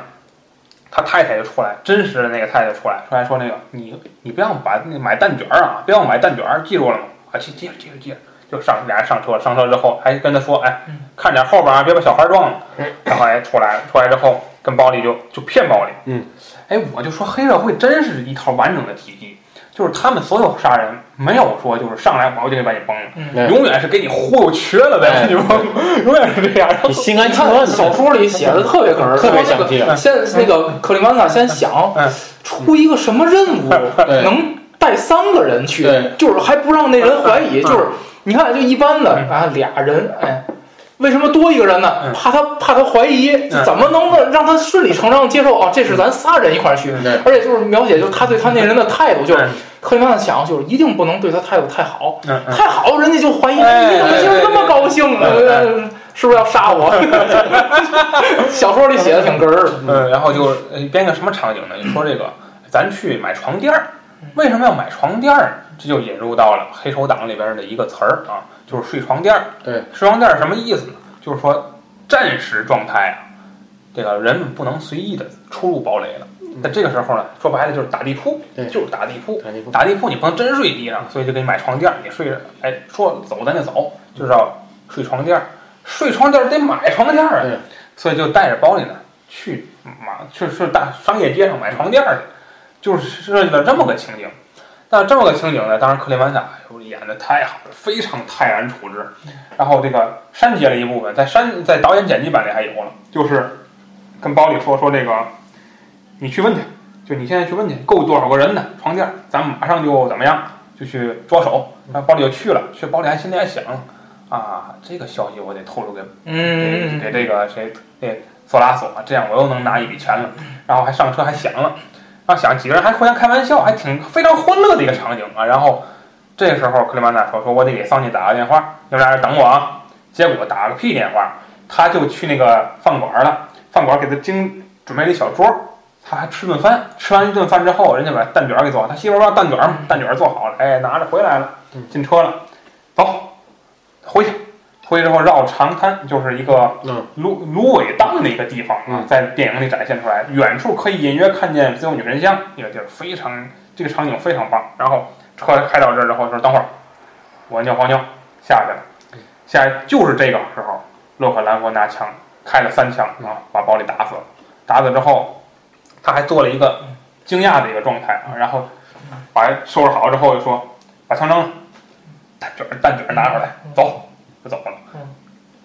他太太就出来，真实的那个太太出来，出来说那个你你不要把那买蛋卷儿啊，不要买蛋卷儿，记住了吗？啊，记记着记着记着，就上俩人上车，上车之后还跟他说，哎嗯，看点后边啊，别把小孩撞了。嗯然后哎出来了，出来之后跟包里就就骗包里，嗯，哎，我就说黑社会真是一套完整的体系，就是他们所有杀人没有说就是上来我就给把你崩了，对永远是给你忽悠瘸了嗯呗，哎你崩，永远是这样。你心甘你情看愿小的，说里写的特别可人，特别说那详个细了。先那个克林曼卡先想嗯出一个什么任务，对能带三个人去对，就是还不让那人怀疑，嗯就是你看就一般的啊俩人，哎，为什么多一个人呢嗯？怕他怕他怀疑，怎么能让他顺理成章接受啊？这是咱仨人一块儿去，对而且就是描写就是他对他那人的态度，就是嗯克林曼卡想就是一定不能对他态度太好，嗯嗯，太好人家就怀疑哎你怎么就是那么高 *laughs* 兴呢？对对对呃是不是要杀我？小说里写的挺哏儿的，嗯，然后就是呃编个什么场景呢？你说这个，咱去买床垫儿，为什么要买床垫儿呢？这就引入到了黑手党里边的一个词儿啊，就是睡床垫儿。对，睡床垫儿什么意思呢？就是说战时状态啊，这个人们不能随意的出入堡垒了。那这个时候呢，说白了就是打地铺，对就是嗯打地铺。看你不打地铺你不能真睡地上，所以就给你买床垫儿，你睡着，哎，说走咱就走，就是要睡床垫儿，睡床垫儿得买床垫儿啊对，所以就带着包里呢去马去去大商业街上买床垫儿去，就是设计了这么个情景。但这么个情景呢，当然克林曼萨哎演的太好了，非常泰然处之。然后这个删节了一部分，在删在导演剪辑版里还有了，就是跟包里说说这个，你去问去，就你现在去问去，够多少个人呢？床垫儿，咱们马上就怎么样，就去着手。然后包里就去了，去包里还心里还想啊，这个消息我得透露给给给这个谁那索拉索，这样我又能拿一笔钱了。然后还上车还想了，然后想几个人还互相开玩笑，还挺非常欢乐的一个场景啊。然后这个时候克里曼娜说：“说我得给桑尼打个电话，你们俩人等我啊。”结果打个屁电话，他就去那个饭馆了，饭馆给他精准备了一小桌。他还吃顿饭，吃完一顿饭之后，人家把蛋卷儿给做好，他媳妇儿不让蛋卷儿吗蛋卷儿做好了，哎，拿着回来了，进车了，走，回去，回去之后绕长滩，就是一个嗯芦芦苇荡的一个地方啊嗯，在电影里展现出来，远处可以隐约看见自由女神像那个地儿，非常这个场景非常棒。然后车开到这儿之后说：“等会儿，我尿泡尿下去了。”下去就是这个时候，洛克兰佛拿枪开了三枪啊，把保里打死了。打死之后，他还做了一个惊讶的一个状态啊，然后把收拾好之后就说：“把枪扔了，蛋卷儿蛋卷儿拿出来，走，就走了。嗯”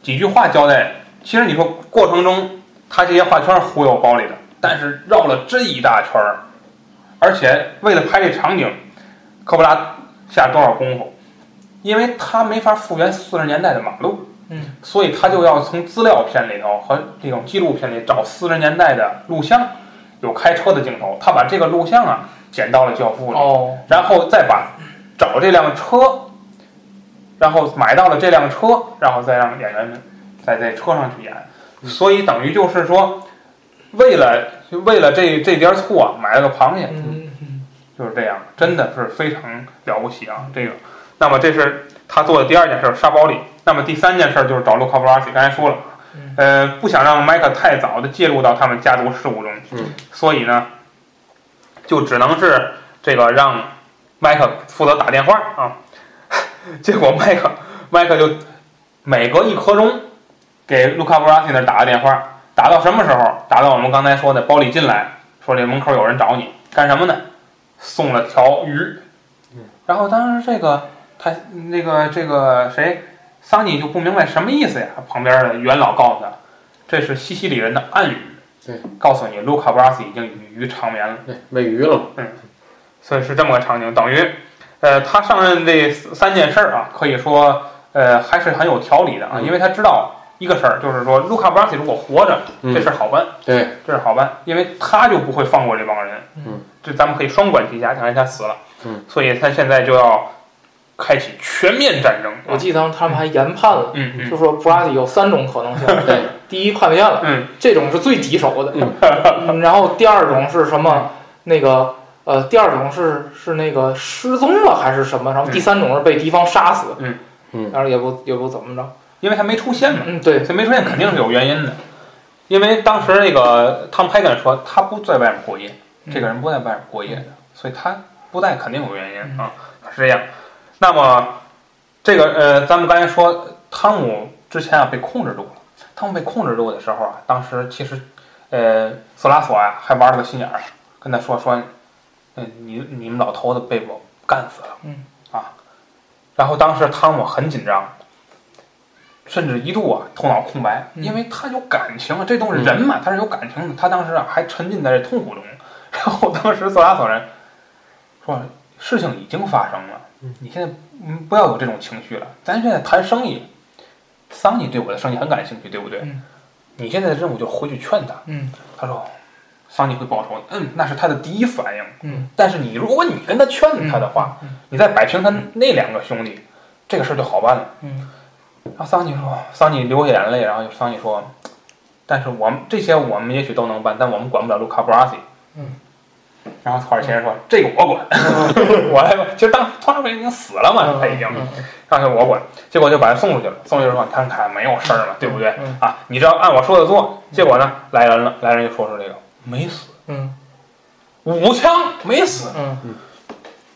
几句话交代。其实你说过程中，他这些画圈儿忽悠包里的，但是绕了这一大圈儿，而且为了拍这场景，科布拉下多少功夫？因为他没法复原四十年代的马路，嗯，所以他就要从资料片里头和这种纪录片里找四十年代的录像，有开车的镜头，他把这个录像啊剪到了《教父》里，哦，然后再把找这辆车，然后买到了这辆车，然后再让演员们在这车上去演，所以等于就是说，为了为了这这碟儿醋啊，买了个螃蟹，嗯，就是这样，真的是非常了不起啊！这个，那么这是他做的第二件事，沙包里。那么第三件事就是找洛卡布拉奇，刚才说了嗯，呃，不想让麦克太早的介入到他们家族事务中，嗯，所以呢，就只能是这个让麦克负责打电话啊。 *laughs* 结果麦克麦克就每隔一刻钟给卢卡布拉西那儿打个电话，打到什么时候？打到我们刚才说的包里进来，说这门口有人找你，干什么呢？送了条鱼嗯。然后当时这个他那个这个谁桑尼就不明白什么意思呀？旁边的元老告诉他，这是西西里人的暗语，对，告诉你卢卡布拉西已经与鱼长眠了。对，喂鱼了嘛，所以是这么个场景，等于，呃，他上任这三件事儿啊，可以说，呃，还是很有条理的啊，嗯因为他知道一个事儿，就是说，卢卡布拉西如果活着，嗯这事儿好办，对，这事儿好办，因为他就不会放过这帮人，嗯，这咱们可以双管齐下，等于他死了，嗯，所以他现在就要开启全面战争，我记得当时他们还研判了，嗯嗯就说布拉迪有三种可能性，对，第一叛变了，嗯这种是最棘手的，嗯然后第二种是什么？那个呃，第二种是是那个失踪了还是什么？然后第三种是被敌方杀死，嗯嗯然后也不也不怎么着，因为他没出现嘛，嗯，对，所以没出现肯定是有原因的，因为当时那个汤姆派根说他不在外面过夜，这个人不在外面过夜的，所以他不在肯定有原因啊，是这样。那么这个呃，咱们刚才说汤姆之前啊被控制住了，汤姆被控制住的时候啊，当时其实呃索拉索啊还玩了个心眼儿，跟他说说嗯，你你们老头子被我干死了，嗯，啊，然后当时汤姆很紧张，甚至一度啊头脑空白，嗯因为他有感情啊，这东西人嘛，他是有感情的，他当时啊还沉浸在这痛苦中，然后当时索拉索人说事情已经发生了，你现在嗯不要有这种情绪了，咱现在谈生意，桑尼对我的生意很感兴趣，对不对？嗯你现在的任务就是回去劝他，嗯他说桑尼会报仇，嗯，那是他的第一反应。嗯，但是你如果你跟他劝他的话，嗯你再摆平他那两个兄弟，这个事儿就好办了。嗯然后桑尼说，桑尼流下眼泪，然后桑尼说，但是我们这些我们也许都能办，但我们管不了卢卡布拉西。嗯。然后土耳其人说：“这个我管， *laughs* 我来吧。”其实当托拉维已经死了嘛，他已经，嗯让是我管。结果就把他送出去了。送出去说：“你看看没有事儿嘛，对不对？嗯啊，你只要按我说的做。”结果呢，来人了，来人就说说这个没死，嗯五枪没死。嗯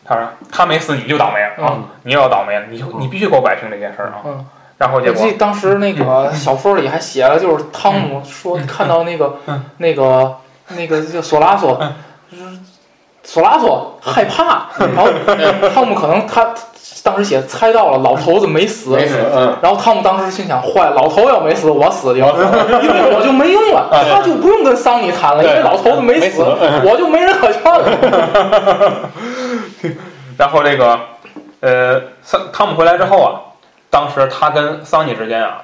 他说他没死，你就倒霉了啊！你也要倒霉了，你就你必须给我摆平这件事儿啊！嗯，然后结我果记得当时那个小说里还写了，就是汤姆说看到那个嗯那个那个叫索拉索，就是索拉索害怕，然后汤姆可能他当时写猜到了老头子没死，没死，嗯，然后汤姆当时心想：坏，老头要没死，我死定了，因为我就没用了，他就不用跟桑尼谈了，因对为老头子没没死我就没人可劝了。然后这个呃，桑汤姆回来之后啊，当时他跟桑尼之间啊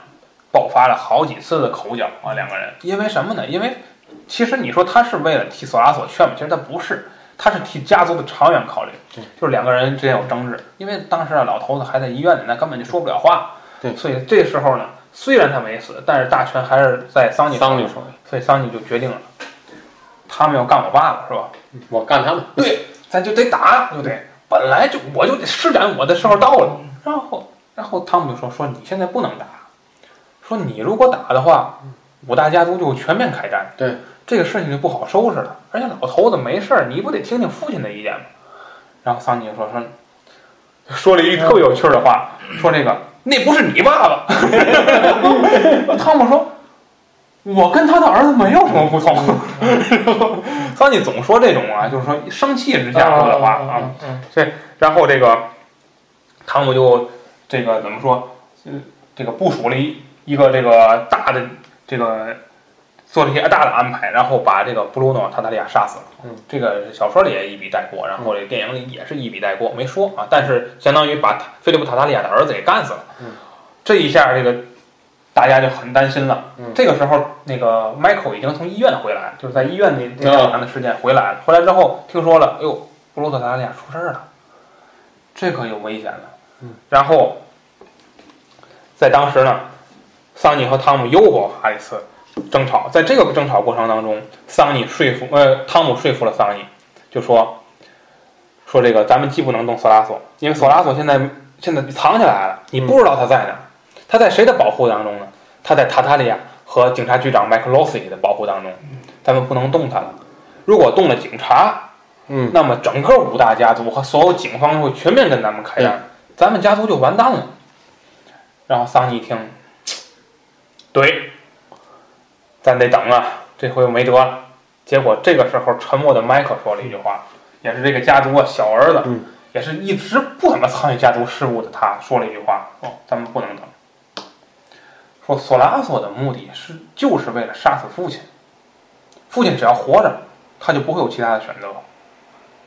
爆发了好几次的口角啊，两个人因为什么呢？因为其实你说他是为了替索拉索劝嘛，其实他不是，他是替家族的长远考虑，就是两个人之间有争执，因为当时啊老头子还在医院里，那根本就说不了话，对所以这时候呢，虽然他没死，但是大权还是在桑尼手里，桑尼说所以桑尼就决定了，他们要干我爸了，是吧？：“我干他们。对，咱就得打，就得。本来就我就得施展我的时候到了。然后，然后汤姆就说：“说你现在不能打，说你如果打的话，五大家族就全面开战。对，这个事情就不好收拾了。而且老头子没事儿，你不得听听父亲的意见吗？”然后桑尼就说：“说，说了一句特别有趣儿的话，说这个那不是你爸爸。” *laughs* 汤姆说。我跟他的儿子没有什么不同， *laughs* 桑尼总说这种啊，就是说生气之下说的话啊，嗯然后这个汤姆就这个怎么说？嗯，这个部署了一一个这个大的这个做了一些大的安排，然后把这个布鲁诺塔塔利亚杀死了。嗯，这个小说里也一笔带过，然后这电影里也是一笔带过，没说啊，但是相当于把塔菲利普塔塔利亚的儿子给干死了。嗯，这一下这个大家就很担心了。嗯这个时候那个 Michael 已经从医院回来，就是在医院那那啊两天的时间回来了。回来之后听说了，哎呦，布鲁特塔利亚出事儿了，这可有危险了。嗯，然后在当时呢，桑尼和汤姆又爆发了一次争吵。在这个争吵过程当中，桑尼说服呃汤姆说服了桑尼，就说说这个咱们既不能动索拉索，因为索拉索现在现在藏起来了，你不知道他在哪儿，他在谁的保护当中呢？他在塔塔利亚和警察局长麦克罗西的保护当中，咱们不能动他了。如果动了警察，嗯，那么整个五大家族和所有警方会全面跟咱们开战，咱们家族就完蛋了。然后桑尼一听，对，咱得等啊，这回没辙了。结果这个时候，沉默的麦克说了一句话，也是这个家族啊小儿子，嗯也是一直不怎么参与家族事务的他说了一句话：“哦，咱们不能等。”说索拉索的目的是就是为了杀死父亲，父亲只要活着，他就不会有其他的选择。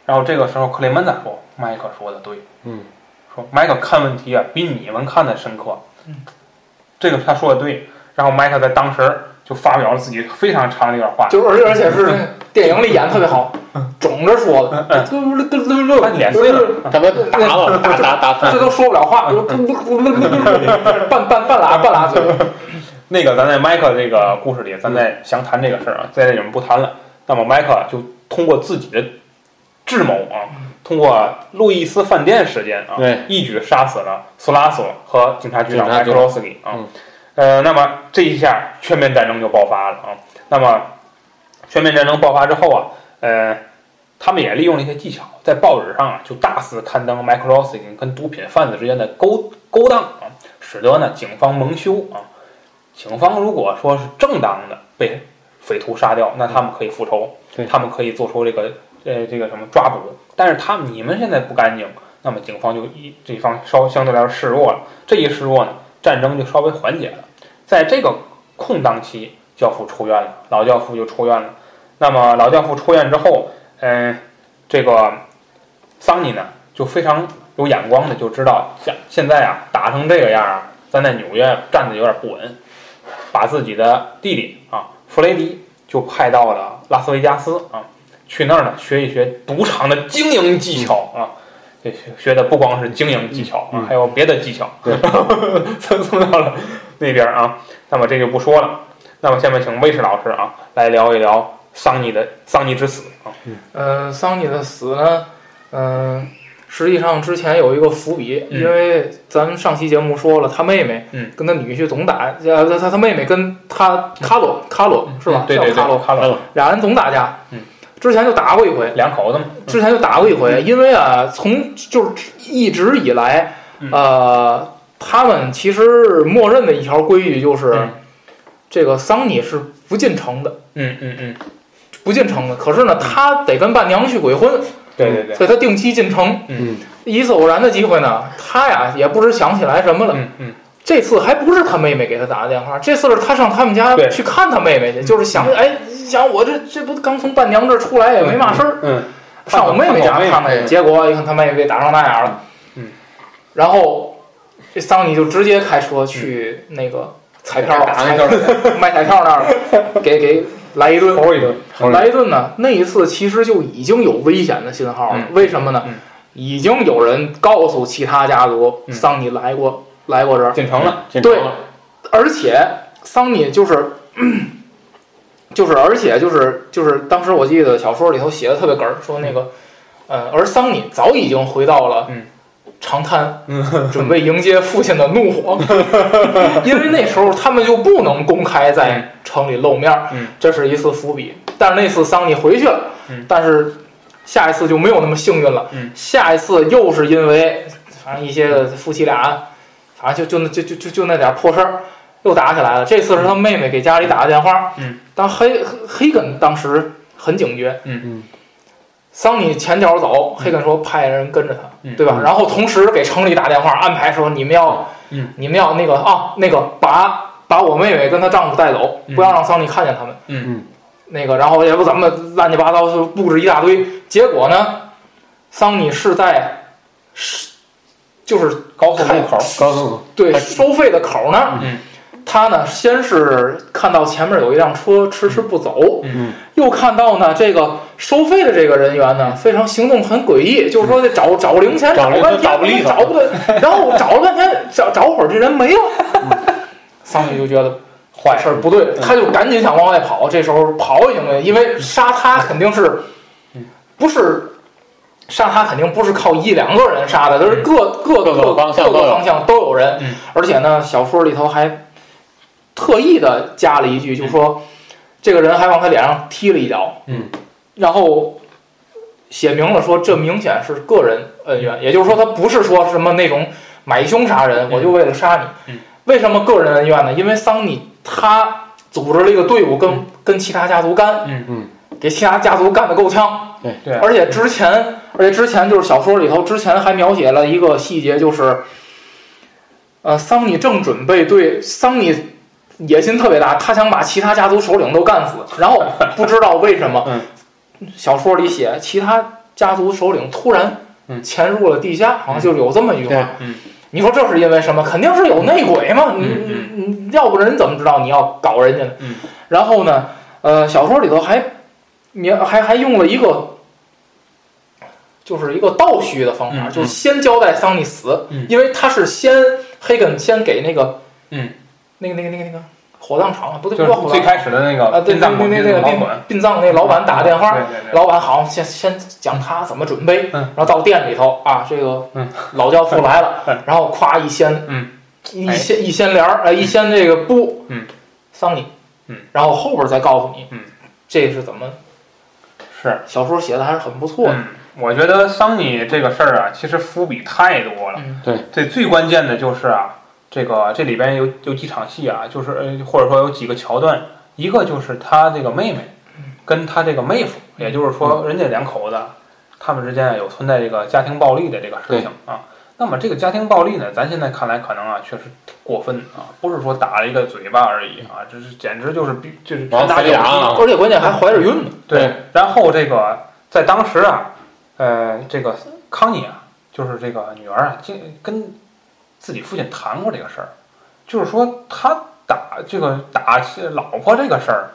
然后这个时候，克雷门娜说：“麦克说的对，嗯，说麦克看问题啊，比你们看的深刻。”嗯，这个他说的对。然后麦克在当时就发表了自己非常长的一段话，就是而且而且是电影里演得特别好，肿着说的，嗯就就就就就他脸碎了，他们打了，打打打这都说不了话，就半半半拉半拉嘴。那个，咱在麦克这个故事里，咱再详谈这个事儿啊，在这里面不谈了。那么麦克就通过自己的智谋啊，通过路易斯饭店事件啊，对，一举杀死了索拉索和警察局长警察麦局克罗斯基啊。嗯呃，那么这一下全面战争就爆发了啊。那么全面战争爆发之后啊，呃，他们也利用了一些技巧，在报纸上啊就大肆刊登麦克罗斯基跟毒品贩子之间的勾勾当啊，使得呢警方蒙羞啊。警方如果说是正当的被匪徒杀掉，那他们可以复仇，对他们可以做出这个呃这个什么抓捕，但是他们你们现在不干净，那么警方就一这一方稍相对来说示弱了，这一示弱呢，战争就稍微缓解了。在这个空档期，教父出院了，老教父就出院了。那么老教父出院之后，嗯、这个桑尼呢就非常有眼光的就知道，像现在啊打成这个样啊，咱在纽约站的有点不稳，把自己的弟弟啊弗雷迪就派到了拉斯维加斯啊，去那儿呢学一学赌场的经营技巧啊。这学学的不光是经营技巧啊，嗯还有别的技巧。对，嗯 *laughs* 赠送到了那边啊。那么这就不说了。那么下面请卫士老师啊来聊一聊桑尼的桑尼之死啊。呃，桑尼的死呢，嗯、实际上之前有一个伏笔，嗯因为咱们上期节目说了，他妹妹嗯跟他女婿总打，呃，他他他妹妹跟他卡洛卡洛嗯是吧？嗯对叫对对，卡洛，卡洛俩人总打架。嗯，之前就打过一回，两口子嘛。之前就打过一回，因为啊，从就是一直以来嗯，呃，他们其实默认的一条规矩就是，嗯这个桑尼是不进城的，嗯嗯嗯，不进城的。可是呢，他得跟伴娘去鬼混，对对对，所以他定期进城。嗯一次偶然的机会呢，他呀也不知想起来什么了。嗯嗯这次还不是他妹妹给他打的电话，这次是他上他们家对嗯去看他妹妹去，就是想，哎，想我这这不刚从伴娘这儿出来也没嘛事儿，嗯上我妹妹家哎看看去，结果一看他妹妹被打成那样了，嗯，然后这桑尼就直接开车去那个嗯彩票打那彩阵儿， *laughs* 卖彩票那儿， *laughs* 给给来一顿，头一顿，莱顿呢，那一次其实就已经有危险的信号了。嗯为什么呢？嗯已经有人告诉其他家族，嗯桑尼来过，来过这儿，进城了。进对城了而且桑尼就是。 *clears throat* 就是，而且就是就是，当时我记得小说里头写的特别哏儿，说那个，呃，而桑尼早已经回到了嗯 *laughs* 长滩，准备迎接父亲的怒火，因为那时候他们就不能公开在城里露面儿，嗯这是一次伏笔。但是那次桑尼回去了，嗯但是下一次就没有那么幸运了，嗯下一次又是因为反正一些夫妻俩，反正就就那就就就就那点破事儿。又打起来了，这次是他妹妹给家里打的电话。嗯，当黑黑黑根当时很警觉。嗯嗯，桑尼前脚走，黑根说派人跟着他，嗯对吧？嗯然后同时给城里打电话安排说你们要，嗯你们要那个啊那个把把我妹妹跟她丈夫带走，嗯不要让桑尼看见他们。嗯嗯，那个然后也不怎么乱七八糟就布置一大堆，结果呢，桑尼是在是就是高速路口，高速对哎收费的口那儿，嗯他呢先是看到前面有一辆车迟迟不走，嗯又看到呢这个收费的这个人员呢非常行动很诡异，就是说这找找零钱找了零半钱找不天利索找不对，然后找了半天找找会儿这人没了，桑尼就觉得。坏事儿不对，他就赶紧想往外跑。这时候跑已经没，因为杀他肯定是嗯，不是杀他肯定不是靠一两个人杀的，就是各各各个各方向各都个有方向都有人嗯。而且呢，小说里头还特意的加了一句，就说这个人还往他脸上踢了一脚，嗯，然后写明了说这明显是个人恩怨，也就是说他不是说什么那种买凶杀人，嗯我就为了杀你。嗯为什么个人恩怨呢？因为桑尼他组织了一个队伍跟、嗯跟其他家族干，嗯嗯，给其他家族干得够呛。对对而且之前，而且之前就是小说里头之前还描写了一个细节，就是，呃，桑尼正准备对桑尼。野心特别大，他想把其他家族首领都干死，然后不知道为什么， *laughs* 嗯小说里写其他家族首领突然嗯潜入了地下，好像就是有这么一句话。嗯你说这是因为什么？肯定是有内鬼嘛！你嗯你你，要不人怎么知道你要搞人家呢？嗯然后呢，呃，小说里头还描还还用了一个，就是一个倒叙的方法，嗯嗯就是先交代桑尼死，嗯因为他是先黑根先给那个，嗯，那个那个那个那个火葬场啊，不对，就不叫火是最葬场开始的那个啊，对，殡那葬那馆那那那个个老殡板，嗯殡葬那老板打电话，对对对，老板好，先先讲他怎么准备，嗯然后到店里头啊，这个嗯老教父来了，然后夸一掀，嗯一哎掀一掀帘儿，呃，一掀这个布，嗯，桑尼，嗯，然后后边再告诉你，嗯，这是怎么是。小说写的还是很不错的，嗯，我觉得桑尼这个事儿啊，其实伏笔太多了。嗯对，这最关键的就是啊，这个这里边有有几场戏啊，就是呃，或者说有几个桥段，一个就是他这个妹妹嗯，跟他这个妹夫，嗯也就是说人家两口子，他们之间啊有存在这个家庭暴力的这个事情啊。那么这个家庭暴力呢，咱现在看来可能啊确实过分啊，不是说打了一个嘴巴而已啊，这是简直就是逼就是拳往打死里脚打踢。啊！而且关键还怀着孕呢。对对，然后这个在当时啊，呃，这个康妮啊，就是这个女儿啊，经跟自己父亲谈过这个事儿，就是说他打这个打老婆这个事儿，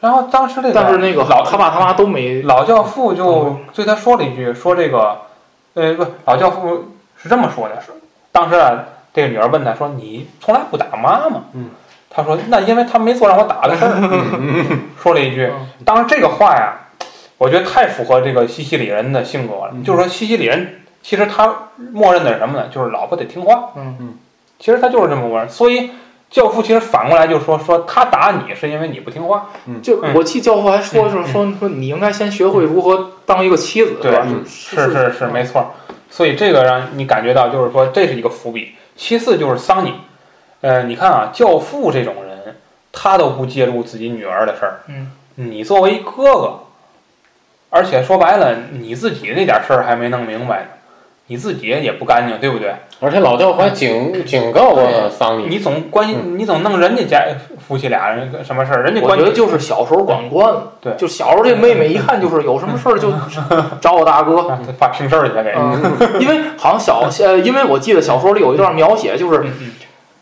然后当时这个但是那个老他爸他妈都没老教父嗯就对他说了一句，说这个，呃，不，老教父是这么说的，是当时啊，这个女儿问他说：“你从来不打妈妈？”嗯，他说：“那因为他没做让我打的事儿。”嗯 *laughs* 说了一句，当然这个话呀，我觉得太符合这个西西里人的性格了，嗯就是说西西里人其实他默认的是什么呢？就是老婆得听话。嗯嗯，其实他就是这么玩儿，所以。教父其实反过来就说说他打你是因为你不听话，就嗯我记教父还嗯说就是说说你应该先学会如何当一个妻子，对吧？嗯是是是，没错儿。所以这个让你感觉到，就是说这是一个伏笔。其次就是桑尼，呃，你看啊，教父这种人，他都不介入自己女儿的事儿。嗯，你作为哥哥，而且说白了，你自己那点事儿还没弄明白呢，你自己也不干净，对不对？而且老教父还警警告过桑嗯尼，你总关心，你总弄人家家夫妻俩人什么事儿，人家我关觉心得就是小时候管惯了，对就小时候这妹妹一看就是有什么 *laughs* 事儿就找我大哥，啊把平事儿去给。嗯，因为好像小呃，因为我记得小说里有一段描写，就是嗯嗯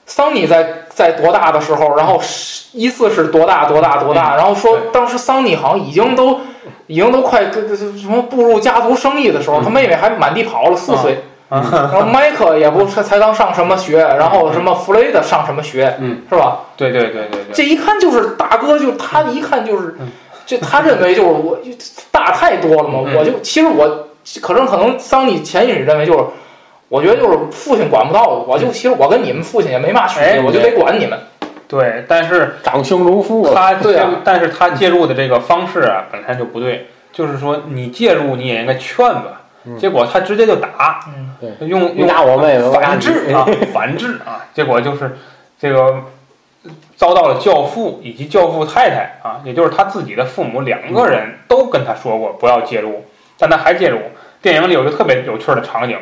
桑尼在在多大的时候，然后是依次是多大多大多大，然后说嗯对当时桑尼好像已经都已经都快跟跟什么步入家族生意的时嗯候，他妹妹还满地跑了四岁，嗯然后麦克也不才才刚上什么学，然后什么弗雷德上什么学，嗯，是吧？对对对对对，这一看就是大哥，就他一看就是嗯，这他认为就是我大太多了嘛，嗯我就其实我可能可能桑尼潜意识认为就是。我觉得就是父亲管不到我，我就其实我跟你们父亲也没嘛区嗯别，哎我就得管你们。对，但是长兄如父啊。他对啊，但是他介入的这个方式啊，本身就不对。就是说，你介入你也应该劝吧，嗯结果他直接就打，嗯，用你用打我妹妹，我打反你制 *laughs* 啊，反制啊，结果就是这个遭到了教父以及教父太太啊，也就是他自己的父母两个人都跟他说过不要介入，但他还介入。电影里有一个特别有趣的场景，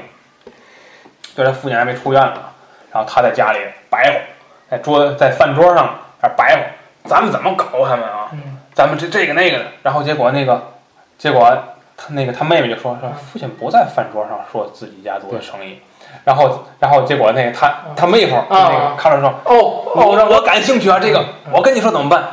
就是他父亲还没出院了，然后他在家里白活，在桌在饭桌上啊白活，咱们怎么搞他们啊？嗯咱们这这个那个的，然后结果那个，结果他那个他妹妹就说说父亲不在饭桌上说自己家族的生意，嗯然后然后结果那个他他妹夫那个看了说哦哦嗯啊哦，嗯让我感兴趣啊这个，我跟你说怎么办？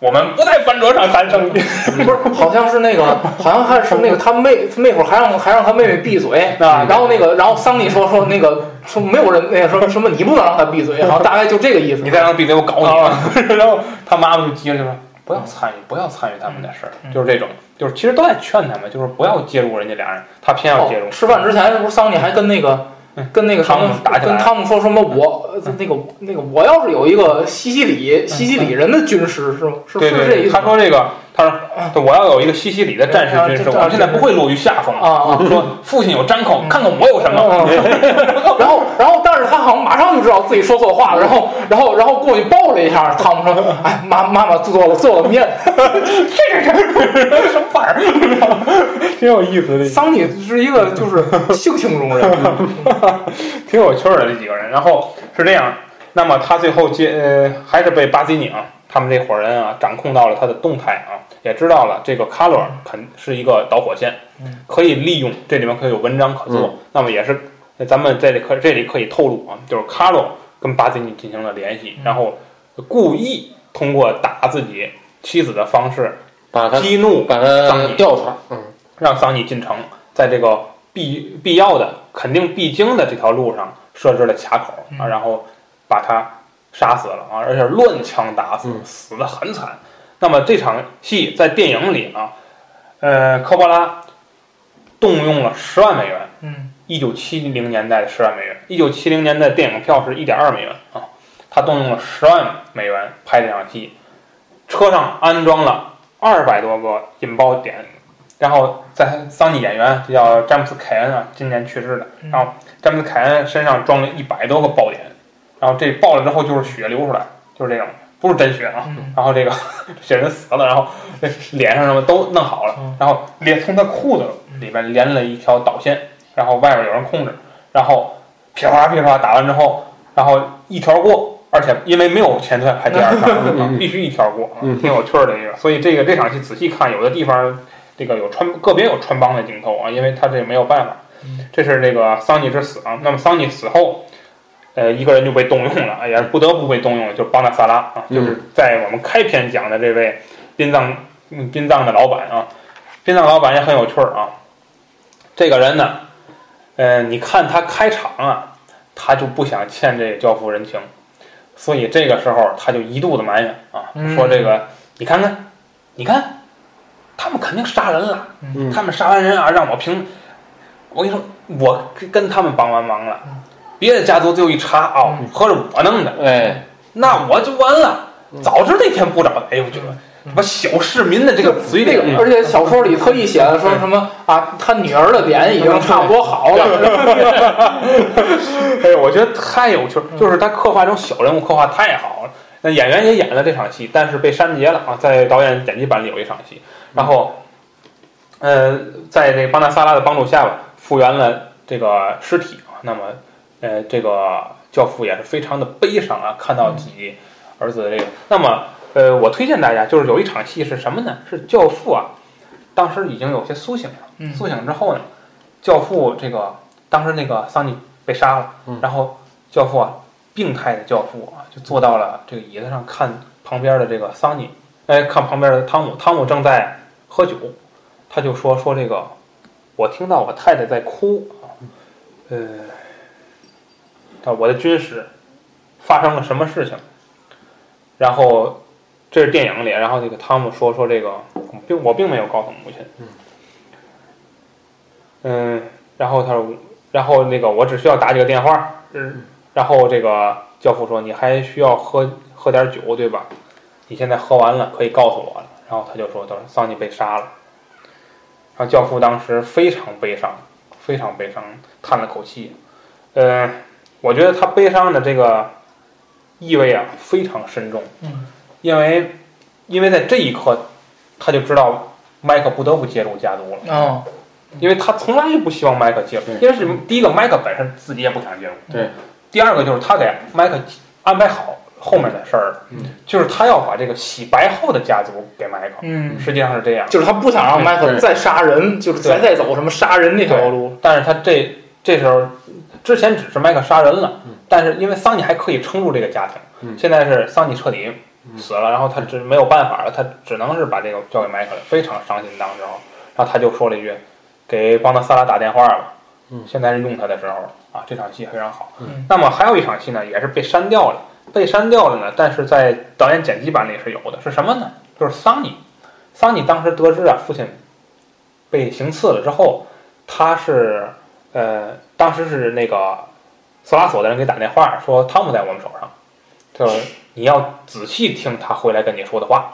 我们不在饭桌上谈生意，不是，好像是那 *laughs* 个，好像还是那个他妹，他妹夫还让还让他妹妹闭嘴，啊然后那个，然后桑尼说说那个说没有人那个说什么你不能让他闭嘴，好像大概就这个意思。你再让他闭嘴我搞哦你！ *laughs* 然后他妈妈就急了，就说不要参与，不要参与他们的事儿，嗯就是这种，就是其实都在劝他们，就是不要介入人家俩人，他偏要介入哦。吃饭之前，不是桑尼还跟那个嗯跟那个什汤么姆打起来嗯跟汤姆说什么我呃那个那个我要是有一个西西里西西里人的军师是吗？是嗯对是这对，意对思他吗？说这个，他说啊对我要有一个西西里的战士啊军师，这我们现在不会落于下风了。啊啊。说父亲有张口，看看我有什么。 *laughs* 嗯然后，然后，但是他好像马上就知道自己说错话了，然后，然后，然后过去抱了一下汤姆，说：“哎，妈，妈妈做了做了面。 *laughs* 什么玩意儿？ *laughs* 挺有意思”的，桑尼是一个就是性情 *laughs* 中人，挺有趣儿的这几个人。然后是这样，那么他最后接呃还是被巴基宁他们这伙人啊掌控到了他的动态啊，也知道了这个卡洛尔肯是一个导火线嗯，可以利用这里面可以有文章可做。那么也是咱们这里可这里可以透露啊，就是卡洛尔跟巴基尼进行了联系，嗯然后故意通过打自己妻子的方式把他激怒把他调出来，嗯，让桑尼进城，在这个必必要的、肯定必经的这条路上设置了卡口啊，嗯然后把他杀死了啊，而且乱枪打死，嗯死的很惨。那么这场戏在电影里啊，呃，科波拉动用了十万美元，嗯，一九七零年代的十万美元，一九七零年代电影票是一点二美元啊，他动用了十万美元拍这场戏，车上安装了二百多个引爆点，然后在桑尼演员这叫詹姆斯凯恩啊，今年去世的，嗯然后詹姆斯凯恩身上装了一百多个爆点，然后这爆了之后就是血流出来，就是这种，不是真血啊。嗯然后这个这人死了，然后这脸上什么都弄好了嗯，然后连从他裤子里边连了一条导线，然后外边有人控制，然后噼里啪啦噼里啪啦打完之后，然后一条过，而且因为没有前段排第二嗯场，啊嗯必须一条过，嗯挺有趣儿的一个。所以这个这场戏仔细看，有的地方这个有穿个别有穿帮的镜头啊，因为他这没有办法嗯。这是这个桑尼之死啊。那么桑尼死后，呃，一个人就被动用了，也是不得不被动用了，就邦纳萨拉啊，嗯就是在我们开篇讲的这位殡葬嗯殡葬的老板啊，殡葬老板也很有趣儿啊。这个人呢，呃，你看他开场啊，他就不想欠这教父人情，所以这个时候他就一肚子埋怨啊，嗯说这个你看看，你看，他们肯定杀人了，嗯他们杀完人啊，让我评，我跟你说，我跟他们帮完忙了嗯，别的家族最后一查哦嗯，合着我弄的，哎，那我就完了嗯。早知那天不找，哎呦，我觉得什么小市民的这个嘴那脸个，，而且小说里特意写的说什么啊，他女儿的脸已经差不多好 *laughs* 了， *laughs* 哎呦，我觉得太有趣儿，就是他刻画这种小人物刻画太好了。那演员也演了这场戏，但是被删节了啊，在导演剪辑版里有一场戏，然后，呃，在这巴纳萨拉的帮助下吧，复原了这个尸体啊。那么，呃，这个教父也是非常的悲伤啊，看到自己儿子的这个。那么，呃，我推荐大家就是有一场戏是什么呢？是教父啊，当时已经有些苏醒了。嗯苏醒之后呢，教父这个当时那个桑尼被杀了，嗯然后教父啊，病态的教父啊，就坐到了这个椅子上看旁边的这个桑尼，哎，看旁边的汤姆，汤姆正在喝酒，他就说说这个，我听到我太太在哭啊，呃，啊，我的军师发生了什么事情？然后这是电影里，然后这个汤姆说说这个，我并我并没有告诉母亲，嗯，然后他说，然后那个我只需要打几个电话，嗯，然后这个教父说你还需要喝喝点酒对吧？你现在喝完了可以告诉我了。然后他就说，他说桑尼被杀了。然后教父当时非常悲伤，非常悲伤，叹了口气。嗯，我觉得他悲伤的这个意味啊非常深重，嗯，因为因为在这一刻他就知道麦克不得不介入家族了。嗯，因为他从来就不希望麦克介入对，因为是第一个麦克本身自己也不想介入，对。第二个就是他给麦克安排好后面的事儿了，嗯就是他要把这个洗白后的家族给麦克，嗯，实际上是这样。就是他不想嗯让迈克对再杀人，就是再再走什么杀人那条路，但是他这这时候之前只是麦克杀人了，嗯但是因为桑尼还可以撑住这个家庭，嗯现在是桑尼彻底嗯死了，然后他只没有办法了，他只能是把这个交给迈克了，非常伤心当时候，然后他就说了一句：“给邦德萨拉打电话吧。”嗯现在是用他的时候了啊，这场戏非常好。嗯那么还有一场戏呢，也是被删掉了，被删掉了呢，但是在导演剪辑版里是有的，是什么呢？就是桑尼，桑尼当时得知啊父亲被行刺了之后，他是呃，当时是那个索拉索的人给打电话说汤姆在我们手上，就是你要仔细听他回来跟你说的话，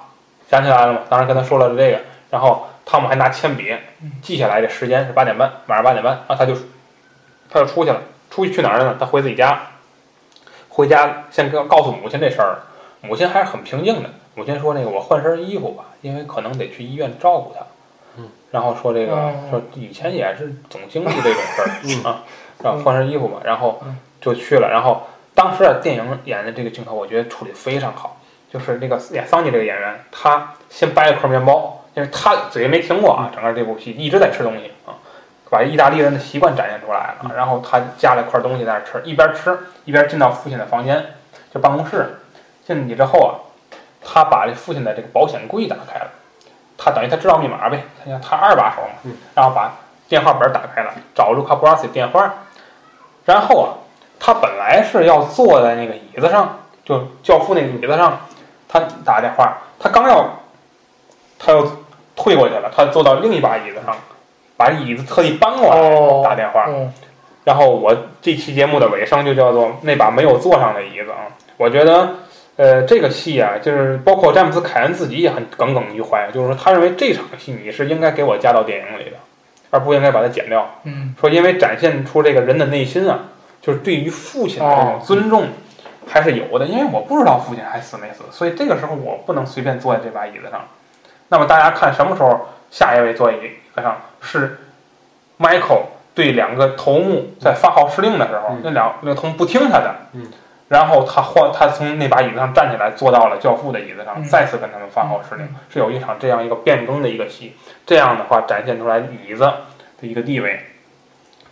想起来了吗？当时跟他说了这个，然后汤姆还拿铅笔嗯记下来的时间是八点半，晚上八点半，然后他就他就出去了，出去去哪儿了呢？他回自己家，回家先告告诉母亲这事儿，母亲还是很平静的，母亲说那个我换身衣服吧，因为可能得去医院照顾他。嗯然后说这个、哦说以前也是总经历这种事儿、嗯啊，然后换身衣服吧，然后嗯就去了。然后当时啊，电影演的这个镜头，我觉得处理非常好。就是那个演桑尼这个演员，他先掰了块面包，因为他嘴没停过啊，整个这部戏一直在吃东西啊，把意大利人的习惯展现出来了。然后他夹了块东西在那吃，一边吃一边进到父亲的房间，就办公室。进去之后啊，他把这父亲的这个保险柜打开了，他等于他知道密码呗，他像他二把手嘛嗯，然后把电话本打开了，找卢卡布拉斯的电话，然后啊，他本来是要坐在那个椅子上，就教父那个椅子上，他打电话，他刚要，他又退过去了，他坐到另一把椅子上，把椅子特地搬过来哦，打电话，嗯然后我这期节目的尾声就叫做那把没有坐上的椅子啊。我觉得，呃，这个戏啊，就是包括詹姆斯凯恩自己也很耿耿于怀，就是说他认为这场戏你是应该给我加到电影里的，而不应该把它剪掉。嗯说因为展现出这个人的内心啊，就是对于父亲的这种尊重，还是有的，因为我不知道父亲还死没死，所以这个时候我不能随便坐在这把椅子上。那么大家看什么时候下一位坐椅子上是 Michael 对两个头目在发号施令的时候，嗯那两那个头目不听他的，嗯，然后他换他从那把椅子上站起来，坐到了教父的椅子上，嗯再次跟他们发号施令，是有一场这样一个变更的一个戏，这样的话展现出来椅子的一个地位，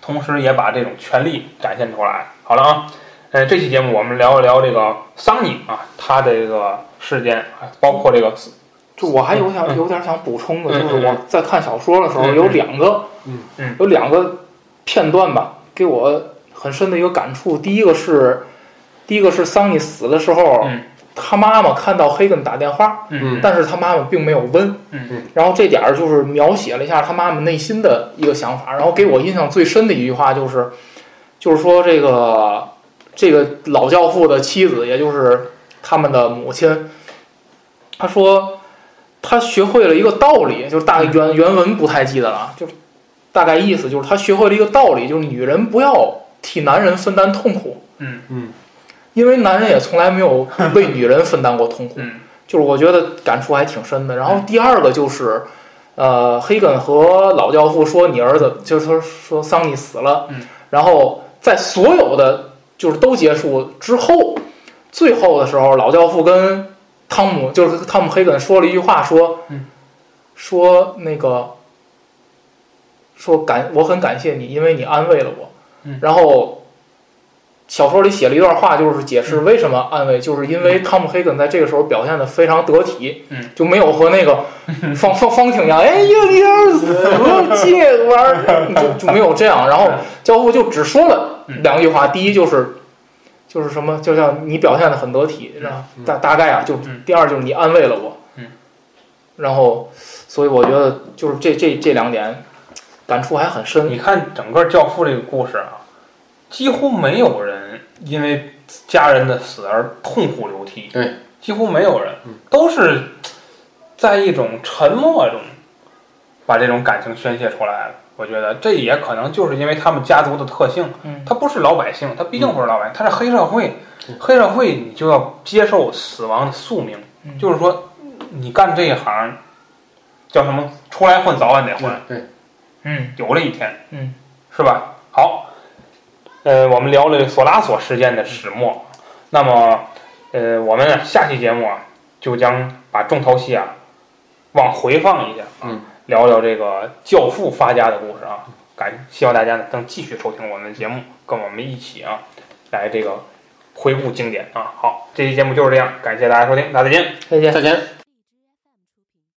同时也把这种权力展现出来。好了啊，呃，这期节目我们聊一聊这个桑尼啊，他的这个事件，啊包括这个就我还有点嗯有点想补充的，嗯就是我在看小说的时候嗯嗯有两个，嗯嗯有两个片段吧，给我很深的一个感触。第一个是，第一个是桑尼死的时候嗯，他妈妈看到黑根打电话，嗯但是他妈妈并没有问，嗯嗯然后这点儿就是描写了一下他妈妈内心的一个想法。然后给我印象最深的一句话就是，就是说这个这个老教父的妻子，也就是他们的母亲，他说他学会了一个道理，就是嗯大概原原文不太记得了，就是大概意思就是他学会了一个道理，就是女人不要替男人分担痛苦，嗯嗯因为男人也从来没有为女人分担过痛苦。嗯就是我觉得感触还挺深的。然后第二个就是，呃，黑根和老教父说你儿子就是说说桑尼死了，嗯然后在所有的就是都结束之后，最后的时候，老教父跟汤姆就是汤姆黑根说了一句话，说，嗯说那个，说感我很感谢你，因为你安慰了我，嗯然后。小说里写了一段话，就是解嗯释为什么安慰，就是因为汤姆黑根在这个时候表现的非常得体，嗯，就没有和那个方方方挺一样，哎呀，你儿子这个玩意儿就就没有这样。然后教父就只说了两句话，第一就是就是什么，就像你表现的很得体，然后嗯大大概啊，就嗯第二就是你安慰了我，嗯，然后所以我觉得就是这这这两点感触还很深，你看整个《教父》这个故事啊，几乎没有人因为家人的死而痛哭流涕，对，几乎没有人嗯，都是在一种沉默中把这种感情宣泄出来了。我觉得这也可能就是因为他们家族的特性，嗯他不是老百姓，他毕竟不是老百姓，他是黑社会对。黑社会你就要接受死亡的宿命，嗯就是说你干这一行叫什么？出来混早晚得混，对，嗯有这一天。嗯是吧？好，呃，我们聊了索拉索事件的始末，那么，呃，我们呢下期节目啊，就将把重头戏啊往回放一下啊，嗯聊聊这个教父发家的故事啊。感希望大家呢能继续收听我们的节目，跟我们一起啊来这个回顾经典啊。好，这期节目就是这样，感谢大家收听，大家再见。再见。再见。